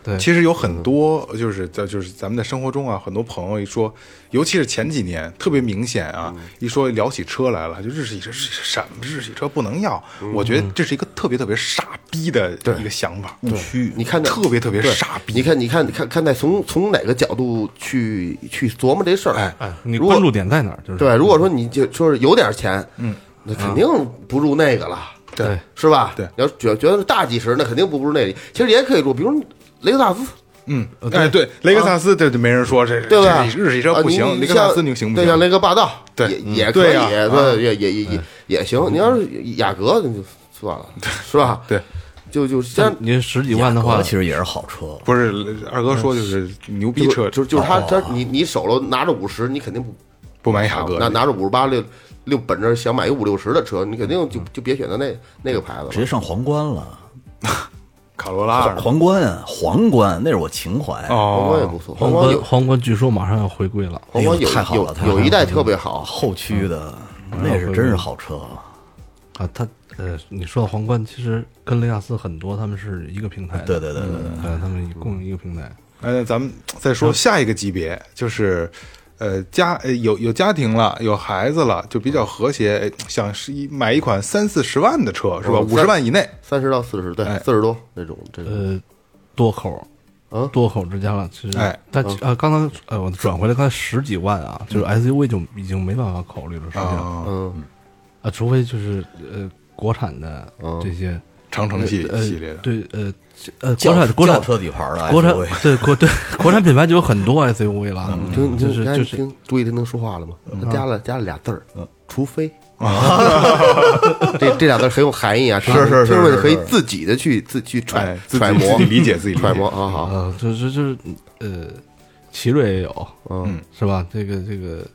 E: 对，
C: 其实有很多，就是在就是咱们在生活中啊，很多朋友一说，尤其是前几年特别明显啊，
D: 嗯
C: 一说聊起车来了，就日系车日系车什么日系车不能要，啊
D: 嗯
C: 我觉得这是一个特别特别傻逼的一个想法误区。
D: 你看那
C: 特别特别
D: 对
C: 傻逼，
D: 你看你看你看看待从从哪个角度去去琢磨这事儿。
E: 哎，你
D: 如果
E: 关注点在哪儿？就是
D: 对，如果说你就说是有点钱，嗯，那肯定不入那个了，
E: 对，
D: 是吧？
C: 对
D: 你要觉觉得是大几十，那肯定不入那里。其实也可以入，比如雷克萨斯，
C: 嗯，哎，对，雷克萨斯这就没人说这，
D: 对吧？
C: 这日系车不
D: 啊
C: 行，
D: 你
C: 雷
D: 你
C: 克
D: 像
C: 萨斯你行不
D: 对，像
C: 行？
D: 雷克霸道，
C: 对
D: 也
C: 嗯
D: 也可以，
C: 对呀嗯
D: 对，也也也也也行。你要是雅阁，那就算了，是吧？
C: 对，
D: 就就像
E: 您十几万的
B: 雅
E: 话
B: 阁，其实也是好车。
C: 不是二哥说就是牛逼车，哦
D: 就就是他他你你手头拿着五十，你肯定不
C: 不买雅阁
D: 拿，拿着五十八六六本着想买一五六十的车，你肯定就
C: 嗯
D: 就别选择那那个牌子
B: 直
D: 了。
B: 接上皇冠了，
C: 卡罗拉
B: 皇冠啊，皇冠，那是我情怀。
D: 皇冠也
C: 哦，
D: 不错，皇
E: 皇
D: 冠
E: 冠
D: 有
E: 皇冠据说马上要回归了，
D: 皇冠有
B: 哎太好了太好
D: 有有
B: 了嗯
D: 一代特别好，
B: 后驱的，那是真是好车。
E: 啊，它呃，你说的皇冠其实跟雷克萨斯很多，他们是一个平台的，
B: 对对对对对
E: 对，他们共用一个平台。
C: 呃，咱们再说下一个级别，就是，呃，家呃有有家庭了，有孩子了，就比较和谐，哎想是一买一款三四十万的车是吧？
D: 嗯
C: 五十万以内，
D: 三十到四十，对
C: 哎，
D: 四十多那种这种。
E: 呃，多口，
D: 嗯
E: 多口之家了，其实，
C: 哎
E: 但其呃，刚才呃，我转回来，刚才十几万啊，就是 SUV 就已经没办法考虑了，实际上
C: 啊，
D: 嗯，
E: 啊，除非就是呃，国产的这些
C: 长城系
E: 呃
C: 系列的，
E: 对呃呃，
B: 轿
E: 国产国产
B: 轿车底盘的
E: 国产
B: SUV
E: 对国对 [LAUGHS] 国产品牌就有很多 SUV 了，嗯
D: 听
E: 就
D: 听
E: 是
D: 刚才
E: 就是嗯
D: 听注意听能说话了吗？他加了加了俩字儿，除非。 [LAUGHS] 这这俩字儿很有含义啊，是
C: 是是是
D: 听众们
C: 是
D: 可以自己的去自去揣
C: 哎自己
D: 揣摩
C: 自己理解自己理解
D: 揣摩啊好，
E: 啊，就就就是呃，奇瑞也有，
D: 嗯，
E: 是吧？这个这个，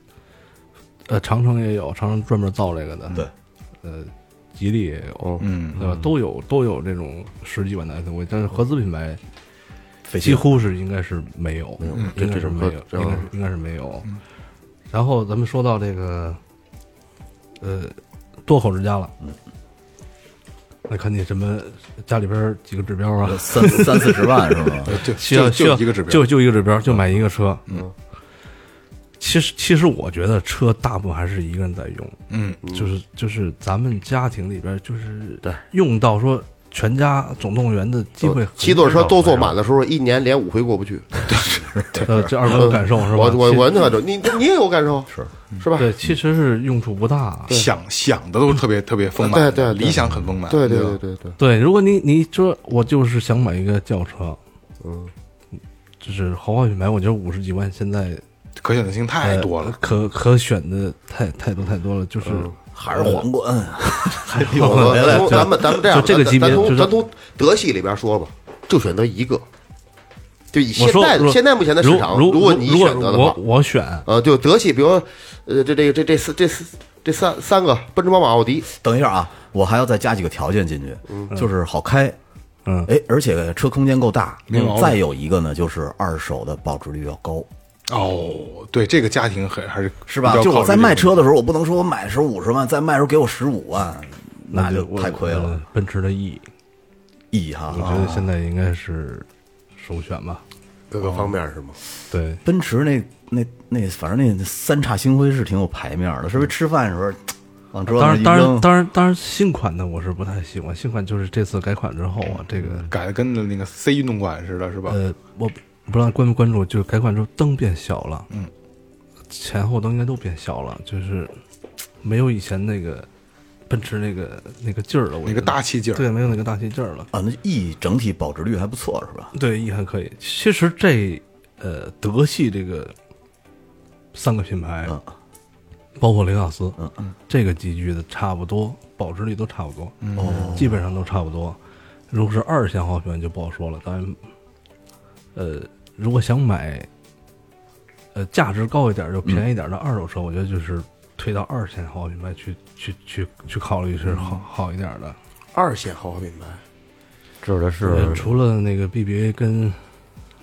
E: 呃，长城也有，长城专门造这个的，
B: 对，
E: 呃，吉利也有，
C: 嗯，
E: 对吧？都有都有这种十几万的 SUV，但是合资品牌
B: 费劲
E: 几乎是应该是没有，嗯应该是没有，
D: 这种
E: 应该是应该是没有。然后咱们说到这个，呃，多口之家了，那看你什么家里边儿几个指标啊？
B: 三三四十万是吗？
C: 就
E: 需要
C: 就
E: 需要
C: 就一个指标，
E: 就就一个指标，就买一个车。嗯，其实其实我觉得车大部分还是一个人在用，
C: 嗯，
E: 就是就是咱们家庭里边就是用到说全家总动员的机会很少，
D: 七座车都坐满的时候，一年连五回过不去。
E: 呃，这二哥有感受
C: 嗯
E: 是吧？
D: 我我
E: 其
D: 我完全感受，你你也有感受是是吧？
E: 对，其实是用处不大。
C: 想想的都特别特别丰满，
D: 对对对
C: 理想很丰满，
D: 对
C: 对
D: 对
C: 吧
D: 对对对，
E: 对，啊如果你你说我就是想买一个轿车，
D: 嗯，
E: 就是豪华品牌，我觉得五十几万现在
C: 可选择性太
E: 呃
C: 多了，嗯
E: 可可选的太太多太多了，就是。
B: 还是皇冠？还
E: 哎
B: 是
D: 我
B: 皇冠？
D: 从咱们咱们这样，
E: 就这个
D: 咱
E: 级别
D: 咱
E: 就
D: 从
E: 是
D: 咱从德系里边说吧，就选择一个，就以
E: 我
D: 现
E: 说
D: 在
E: 如
D: 现在目前的市场，
E: 如
D: 果你
E: 如
D: 选择的
E: 我
D: 话，
E: 我选
D: 呃，就德系，比如呃，这这个这这四这四这三三个奔驰、宝马、奥迪，
B: 等一下啊，我还要再加几个条件进去，就是好开，
E: 嗯
B: 哎，而且车空间够大
C: 没毛。病
B: 再有一个呢，就是二手的保值率要高，
C: 哦，对，这个家庭很还是
B: 是吧？
C: 比较
B: 就
C: 考
B: 我
C: 虑
B: 在
C: 这个
B: 卖车的时候，我不能说我买的时候五十万，再卖的时候给我十五万，那就太亏了
E: 呃。奔驰的 E，
B: E 哈
E: 我，觉
D: 哦
E: 得现在应该是首选吧。
D: 各个方面是吗？
E: 对，
B: 奔驰那那那，反正那三叉星辉是挺有排面的，是不是？吃饭的时候往桌子
E: 当
B: 上
E: 然
B: 一
E: 当
B: 扔
E: 然，当然当然新款的我是不太喜欢，新款就是这次改款之后
D: 嗯
E: 啊，这个
C: 改的跟那个 C 运动馆似的，是吧？
E: 呃，我不知道关没关注，就是改款之后灯变小了，嗯，前后灯应该都变小了，就是没有以前那个奔驰那个那个劲儿了，我
C: 那
E: 觉
C: 个
E: 得
C: 大气劲儿，
E: 对，没有那个大气劲儿了。
B: 啊，那 E 整体保值率还不错，是吧？
E: 对，也还可以。其实这呃，德系这个三个品牌，
B: 嗯
E: 包括雷克萨斯，
B: 嗯嗯，
E: 这个级距的差不多，保值率都差不多，哦，基本上都差不多。如果是二线豪华品牌就不好说了，当然，呃，如果想买呃价值高一点儿又便宜一点儿的二手车，我觉得就是推到二线豪华品牌去去去去考虑是
B: 嗯
E: 好好一点的。
D: 二线豪华品牌，
A: 指的
E: 对
A: 是
E: 呃除了那个 BBA 跟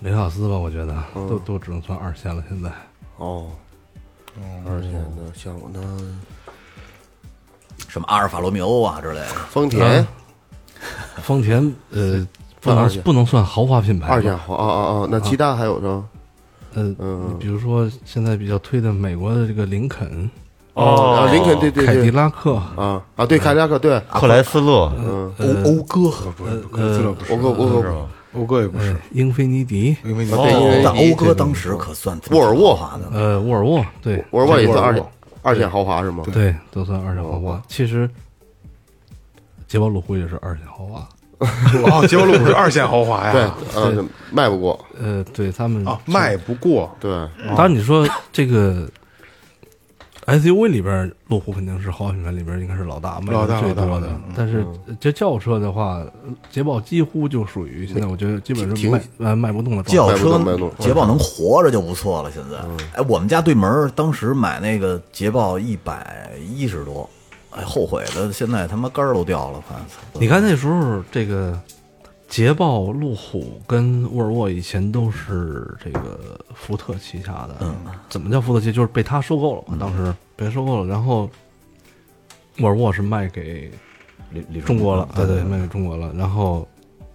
E: 雷克萨斯吧，我觉得啊
D: 嗯
E: 都都只能算二线了。现在
D: 哦，二线的像我那
B: 什么阿尔法罗密欧啊之类的，
D: 丰田
E: 丰田呃不
D: 算二
E: 能
D: 线
E: 不能算豪华品牌吧，
D: 二线嗯豪，哦哦哦，那其他还有呢？
E: 呃，你比如说现在比较推的美国的这个林肯、
D: 啊，林肯对对
E: 凯迪
D: 对，
E: 拉克，
D: 啊啊对，凯迪拉克对，
A: 哦克莱斯勒，
E: 嗯
B: 欧欧哥
C: 不不不，这个嗯不是
D: 我哥我
A: 是
D: 哥
A: 吗？
C: 欧哥也不是，
E: 英菲尼迪，
C: 因为你
D: 对因为
B: 但欧哥当时可算
D: 沃尔沃
B: 豪华的，
E: 呃，沃尔沃，对
D: 沃尔沃也算哦二
C: 沃尔
D: 线二线豪华是吗？
E: 对，都算二线豪华。其实，捷豹路虎也是二线豪华。
C: 哦，捷豹路虎是二线豪华
D: 对
C: 呀，，
D: 嗯，卖不过，
E: 呃，对他们
C: 啊，卖不过，
D: 对，
E: 当然你说这 [LAUGHS] 个 SUV 里边，路虎肯定是豪华品牌里边应该是老大，卖
C: 老大
E: 的最
C: 老
E: 多
C: 大
E: 的
C: 嗯。
E: 但是这轿车的话，捷豹几乎就属于现在我觉得基本是
D: 挺
E: 卖呃卖不动的状态。
B: 轿车
D: 哦卖不动卖不动嗯
B: 捷豹能活着就不错了。现在，哎，我们家对门儿当时买那个捷豹一百一十多，哎，后悔的，现在他妈杆儿都掉了，快！
E: 你看那时候这个捷豹、路虎跟沃尔沃以前都是这个福特旗下的，嗯，怎么叫福特旗？就是被他收购了
C: 嗯
E: 嘛，当时被收购了，然后沃尔沃是卖给
B: 李李
E: 中国了，啊
B: 嗯
E: 对
D: 嗯
E: 对，卖给中国了，然后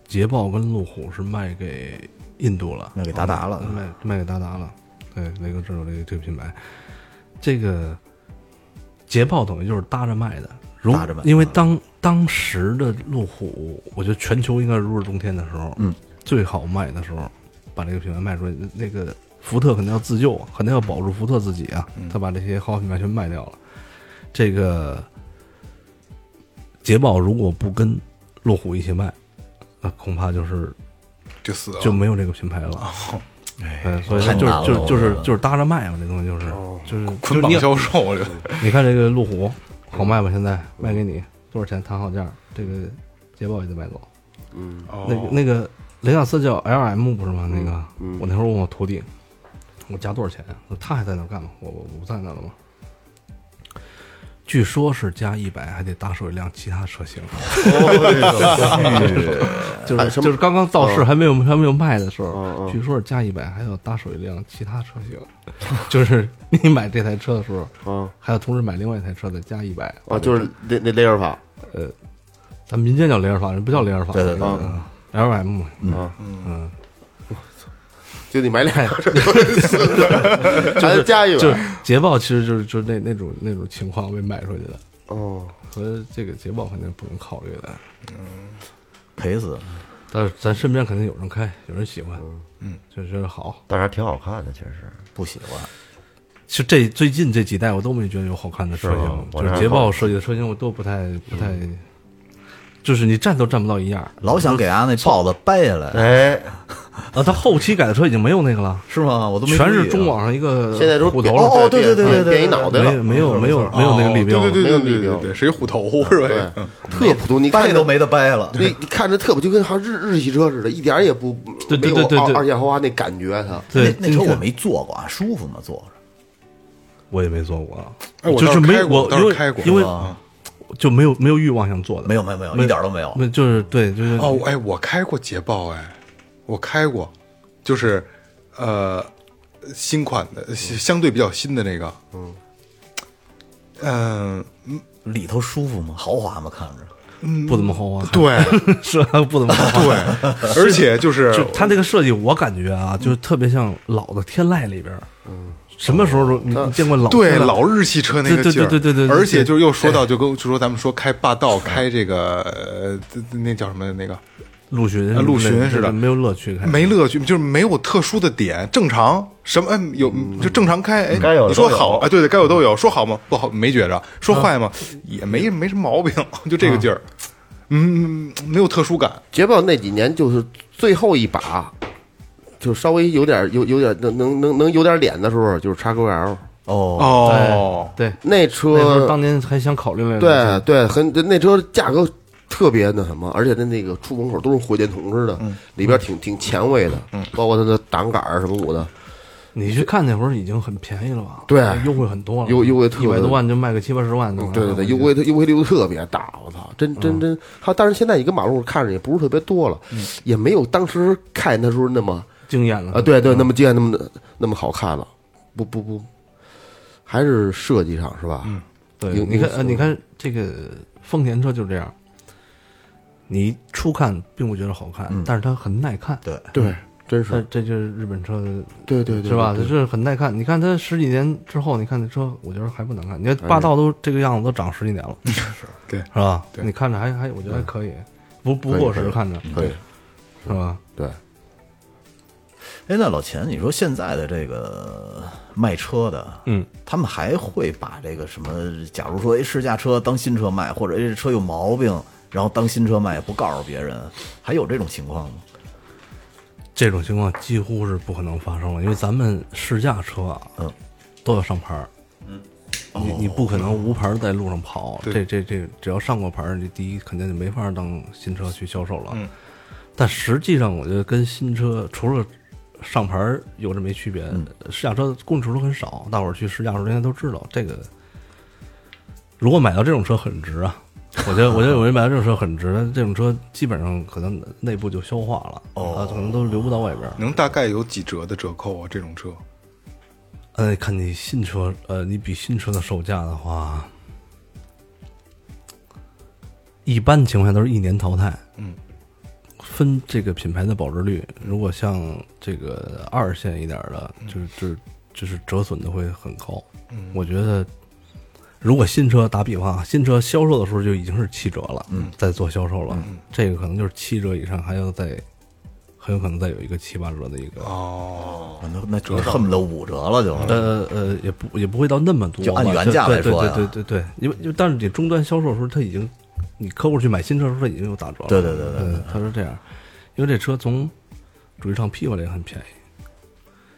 E: 捷豹跟路虎是卖给印度了，
B: 卖给达达了
E: 卖卖给达达了，对，雷克制造这个这个品牌，这个捷豹等于就是搭着卖的，如
B: 搭着卖
E: 因为当当时的路虎，我觉得全球应该是如日中天的时候，嗯，最好卖的时候，把这个品牌卖出来，那个福特肯定要自救，啊，肯定要保住福特自己啊，
B: 嗯
E: 他把这些豪华品牌全卖掉了，这个捷豹如果不跟路虎一起卖，那恐怕就是
C: 就死了，
E: 就没有这个品牌了。嗯，所以
B: 哦太
E: 就
B: 难了
E: 是就
B: 我觉得
E: 是就
B: 哦
E: 是就是搭着卖嘛，这东西就是就是
C: 捆
E: 就
C: 绑
E: 是
C: 销售，我觉得
E: [LAUGHS] 你你看这个路虎
D: 嗯
E: 好卖吧？现在卖给你多少钱？谈好价，这个捷豹也得买走。那个
C: 哦，
E: 那个雷克萨斯叫 L M 不是
D: 嗯
E: 吗？那个我那时候问我徒弟，我加多少钱啊？他还在那儿干吗？我我我不在那儿了吗？据说是加一百，还得搭手一辆其他车型，就
D: 还
E: 是
D: 什么哦
E: 就是刚刚造势还没有还没有卖的时候，据说是加一百还要搭手一辆其他车型， [LAUGHS] 就是你买这台车的时候
D: 嗯，
E: 还要同时买另外一台车再加一百
D: 啊，就是那那雷尔法，
E: 咱民间叫雷尔法，人不叫雷尔法，
B: 嗯
E: 嗯
B: 对对嗯对
E: ，L M
D: 嗯啊 [LAUGHS] 就得买俩，还得加一
E: 就是
D: 碗。
E: 捷豹，其实就是就是那那种那种情况被卖出去的，
D: 哦，
E: 所以这个捷豹肯定不用考虑的。
B: 赔死。
E: 但是咱身边肯定有人开，有人喜欢，嗯，就觉得好。
A: 但是还挺好看的，其实
B: 不喜欢，
E: 其实这最近这几代我都没觉得有好看的车
A: 是吗
E: 型，
A: 我
E: 就
A: 这
E: 是
A: 还
E: 捷
A: 好
E: 豹设计的车型我都不太不太，就是你站都站不到一样儿。
B: 老想给俺那豹子掰下
E: 嗯
B: 来，
A: 哎，
E: 啊，它后期改的车已经没有那个了，
B: 是吗？我都没
E: 全
B: 注
E: 是
B: 意啊
E: 中网上一个
D: 现在都
E: 嗯虎头
D: 变
E: 了，
B: 哦对对对对对
D: 变一脑袋
E: 没
D: 了，
E: 没有没有没有那个立标
C: 哦对对
E: 了，
D: 没有
C: 对
D: 立
C: 对对
D: 标
C: 对，谁虎头是
D: 啊对
E: 嗯
C: 吧？，
D: 特普通，你看
B: 掰
D: 着
B: 都没得掰了。
D: 那你看着特别就跟好像日日系车似的，一点儿也不
E: 对对
D: 没有
E: 对对
D: 二
E: 对
D: 二线豪华那感觉，啊它
E: 对，
B: 那那车
E: 你
B: 我
E: 看
B: 没坐过，啊，舒服吗？坐着
E: 我也没做过，啊
C: 哎我
E: 就
C: 倒
E: 是
C: 是
E: 没
C: 开过
E: 我
C: 我倒是
E: 因为
C: 开过
E: 因为
B: 啊
E: 就没有没有欲望想做的，
B: 没有没有没有，
E: 没
B: 一点都没有。
E: 没就是对就是
C: 哦，我哎，我开过捷豹，哎，我开过，就是呃，新款
D: 嗯
C: 的，相相对比较新的那个，嗯，嗯、
B: 里头舒服吗？豪华吗？看着
E: 不怎么豪华，
C: 对
E: [LAUGHS] 是吧不怎么豪
D: [LAUGHS]
E: 华，
C: 对， [LAUGHS] 而且就是
E: 就它这个设计，我感觉
C: 嗯
E: 啊，就是特别像老的天籁里边儿，什么时候都你你见过老
C: 哦对
E: 天籁
C: 老日系车那个
E: 对对
C: 劲儿，
E: 对对对对对
C: 而且就是又说到就跟就说咱们说开霸道，开这个呃那叫什么那个
E: 陆巡
C: 啊陆巡
E: 那
C: 似的
E: 没有乐趣看，
C: 没乐趣，就是没有特殊的点，正常什么哎有就正常开，哎，
A: 嗯该有的
C: 你说
A: 都有
C: 好啊，对对，该有都有，说好吗？不好，没觉着，说坏吗？也没没什么毛病， [LAUGHS] 就这个劲
A: 啊
C: 儿，嗯，没有特殊感，
D: 捷豹那几年就是最后一把，就稍微有点有有点能能能能有点脸的时候，就是叉 QL
B: 哦，
A: 哎
C: 哦，
E: 哎对，
D: 那
E: 那时候
D: 车，
E: 当年还想考虑来着
D: 对对，很那车价格特别那什么，而且它那个出风口
E: 嗯
D: 都是火箭筒似的，里边挺挺前卫的，包括它的挡杆儿什么舞的，
E: 你去看那会儿已经很便宜了吧？
D: 对
E: 优惠很多了，
D: 优优惠特
E: 一百多万就卖个七八十
C: 嗯
E: 万的，
D: 对对对，优惠优惠力度特别大，我操，真真
E: 嗯
D: 真。他但是现在你跟马路看着也不是特别多了，也没有当时看的时候那么
E: 惊艳了
D: 啊，对对，那么惊艳，那么那么好看了，不不不，还是设计上是吧？
E: 嗯对，
D: 有
E: 你看
D: 有
E: 呃，你看这个丰田车就是这样，你初看并不觉得好看，但是它很耐看。
B: 对，
D: 嗯对，嗯真
E: 那
D: 是，
E: 这就是日本车的
D: 对对对，
E: 是吧？
D: 对
E: 这是很耐看。你看它十几年之后，你看这车，我觉得还不难看。你看
D: 哎
E: 霸道都这个样子，都长十几
D: [LAUGHS]
E: 年了，是
C: 对
E: 是吧？
C: 对
E: 你看着还还，我觉得还可以，不不过
D: 可以可
E: 时
D: 以
E: 看着
D: 可以，
E: 是吧？
D: 对，
B: 哎，那老钱，你说现在的这个卖车的，
E: 嗯，
B: 他们还会把这个什么，假如说哎试驾车当新车卖，或者哎这车有毛病，然后当新车卖也不告诉别人，还有这种情况吗？
E: 这种情况几乎是不可能发生了，因为咱们试驾车啊，
B: 嗯，
E: 都要上牌儿。嗯，你你不可能无牌儿在路上跑，这这这，只要上过牌儿，你第一肯定就没法当新车去销售了。嗯，但实际上，我觉得跟新车除了上牌儿有这没区别，试驾车公里数都很少，大伙儿去试驾的时候应该都知道这个。如果买到这种车很值 [LAUGHS] 啊，我觉得我觉得有人买到这种车很值，但这种车基本上可能内部就消化了，啊，可能都流不到外边儿。
C: 能大概有几折的折扣啊？这种车，
E: 呃，看你新车，呃，你比新车的售价的话，一般情况下都是一年淘汰。嗯，分这个品牌的保值率，如果像这个二线一点儿的，就是就是就是折损的会很高。嗯，我觉得如果新车打比方啊，新车销售的时候就已经是七折了，嗯，在做销售了，这个可能就是七折以上，还要再很有可能再有一个七八折的一个
B: 那那折恨不得五折了就。
E: 呃呃，也不也不会到那么多吧，
B: 就按原价
E: 对
B: 来说呀啊
E: 对对对对对，因为因为但是你终端销售的时候，他已经，你客户去买新车的时候，他已经有打折了。
B: 对对对对
E: 嗯，他是这样，因为这车从主机厂批过来也很便宜，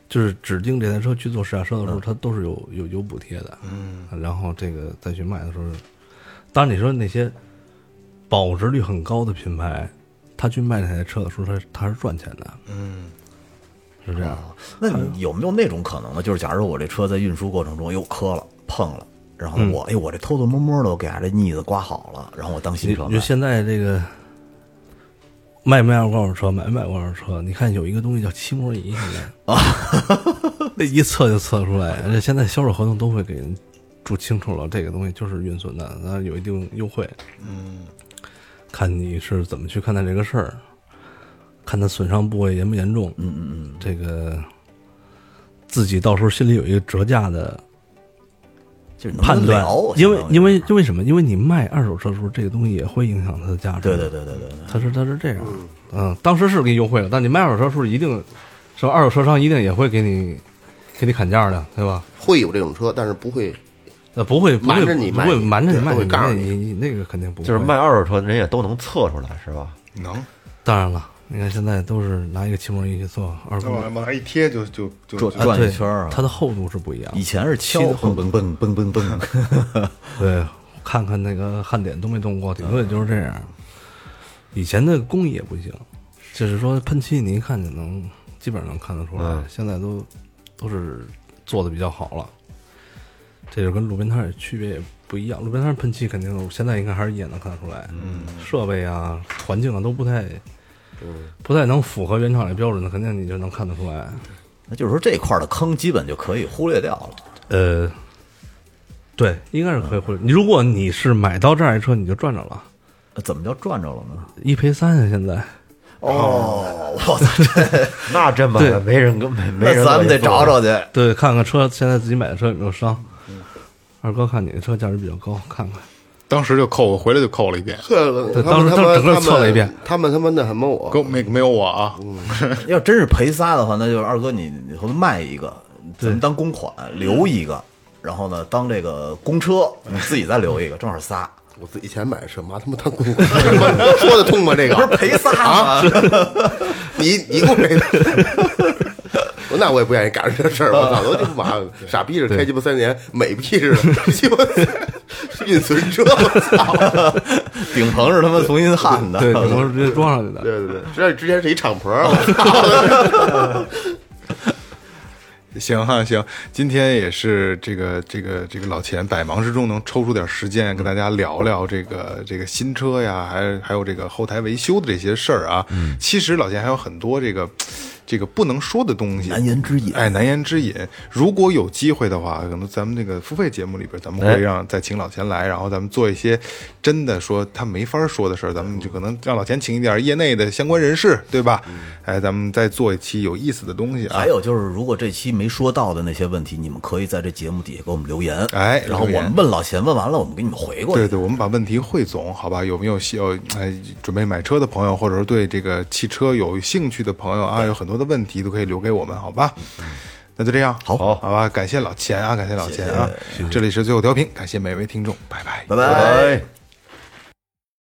E: 就是指定这台车去做试驾车的时候，
B: 嗯
E: 它都是有有有补贴的。嗯，然后这个再去卖的时候，当然你说那些保值率很高的品牌，他去卖这台车的时候，他他是赚钱的。嗯，是这样。
B: 那你有没有那种可能呢？就是假如我这车在运输过程中又磕了、碰了，然
E: 嗯
B: 后我、哎我这偷偷摸摸的我给它这腻子刮好了，然后我当新
E: 你
B: 车
E: 你就
B: 卖。
E: 现在这个卖不卖二手车，买不买二手车？你看有一个东西叫漆膜仪，现在啊， [LAUGHS] 那一测就测出来。而且现在销售合同都会给人注清楚了，这个东西就是运损的，然后有一定优惠。嗯，看你是怎么去看待这个事儿，看它损伤部位严不严重。嗯嗯嗯，这个自己到时候心里有一个折价的
B: 就是能不能
E: 判断
B: 聊，
E: 因为
B: 相当于
E: 因为因为什么？因为你卖二手车的时候，这个东西也会影响它的价值。
B: 对对，对对对对，
E: 它是它是这样，嗯，当时是给你优惠了，但你卖二手车的时候一定，是吧？二手车商一定也会给你给你砍价的，对吧？
D: 会有这种车，但是不会
E: 呃，不会不会
D: 瞒着你
E: 不
D: 卖
E: 会瞒着你
D: 对
E: 卖
D: 不会告诉
E: 你
D: 你
E: 你你那个肯定不会
A: 就是卖。二手车人也都能测出来，是吧？
C: 能
E: 当然了，你看现在都是拿一个漆膜仪去做二手
C: 那
E: 车，
C: 往往上一贴就就就
B: 转
C: 就
E: 啊
B: 转
E: 对
B: 一圈儿啊
E: 它的厚度是不一样的
B: 以。前是敲
E: 漆的
B: 蹦蹦蹦蹦蹦蹦， [LAUGHS]
E: 对，看看那个焊点都没动过，顶多也就是这样。以前的工艺也不行，就是说喷漆你一看就能，基本上能看得出来。现在都都是做的比较好了，这就跟路边摊儿区别也不一样。路边摊儿喷漆肯定现在应该还是一眼能看得出来，嗯，设备啊、环境啊都不太。不太能符合原厂的标准的，肯定你就能看得出来。
B: 那就是说这块儿的坑基本就可以忽略掉了。
E: 呃，对，应该是可以忽略。你如果你是买到这样一车，你就赚着了。
B: 那怎么叫赚着了呢？
E: 一赔三啊！现在
B: [LAUGHS] 哦，我操，
A: 那真买
E: 对
A: 没人跟没没
B: 那
A: 人，
B: 咱们得找。找去。
E: 对，看看车，现在自己买的车有没有伤。嗯二哥，看你的车价值比较高，看看。
C: 当时就扣我，回来就扣了一
A: 哦
C: 遍，
D: 测
E: [LAUGHS] 对当时当时整个测了一遍，
D: 他们他们那什么我
C: 给我没没有我
A: 哦
C: 啊，
B: 要真是赔仨的话，那就是二哥你你回头卖一个，咱们当公款留一个，然后呢当这个公车你自己再留一个，正好 [LAUGHS] 仨。
D: 我自己钱买的车，妈他妈当公款， [LAUGHS] 说得通吗？这个
B: 不是赔仨吗？
D: 你你给我赔的。 [LAUGHS] 我那我也不愿意赶上这事儿，我操！我就妈傻逼似的，开鸡巴三年，美逼似的，鸡巴 [LAUGHS] 运存车，我操！
B: 顶棚是他妈重新焊的，
E: 对，我是直接装上去的。
D: 对对对，知道之前是一敞篷，我操！
C: [LAUGHS] 行哈、行，今天也是这个这个这个老钱百忙之中能抽出点时间跟大家聊聊这个这个新车呀，还还有这个后台维修的这些事儿啊。嗯，其实老钱还有很多这个这个不能说的东西，
B: 难言之隐
C: 哎，难言之隐。如果有机会的话，可能咱们那个付费节目里边，咱们
B: 哎
C: 会让再请老钱来，然后咱们做一些真的说他没法说的事儿，咱们就可能让老钱请一点业内的相关人士，对吧？
B: 嗯
C: 哎，咱们再做一期有意思的东西啊。
B: 还有就是，如果这期没说到的那些问题，你们可以在这节目底下给我们留言，
C: 哎
B: 然后我
C: 留言
B: 们问老钱，问完了我们给你们回过去
C: 对。对，我们把问题汇总，好吧？有没有需要哎准备买车的朋友，或者说对这个汽车有兴趣的朋友啊，有很多的问题都可以留给我们，好吧？那就这样，好，好吧，感谢老钱啊，感谢老钱啊，这里是最后调频，感谢每位听众，拜拜。
B: 拜拜。
A: 拜。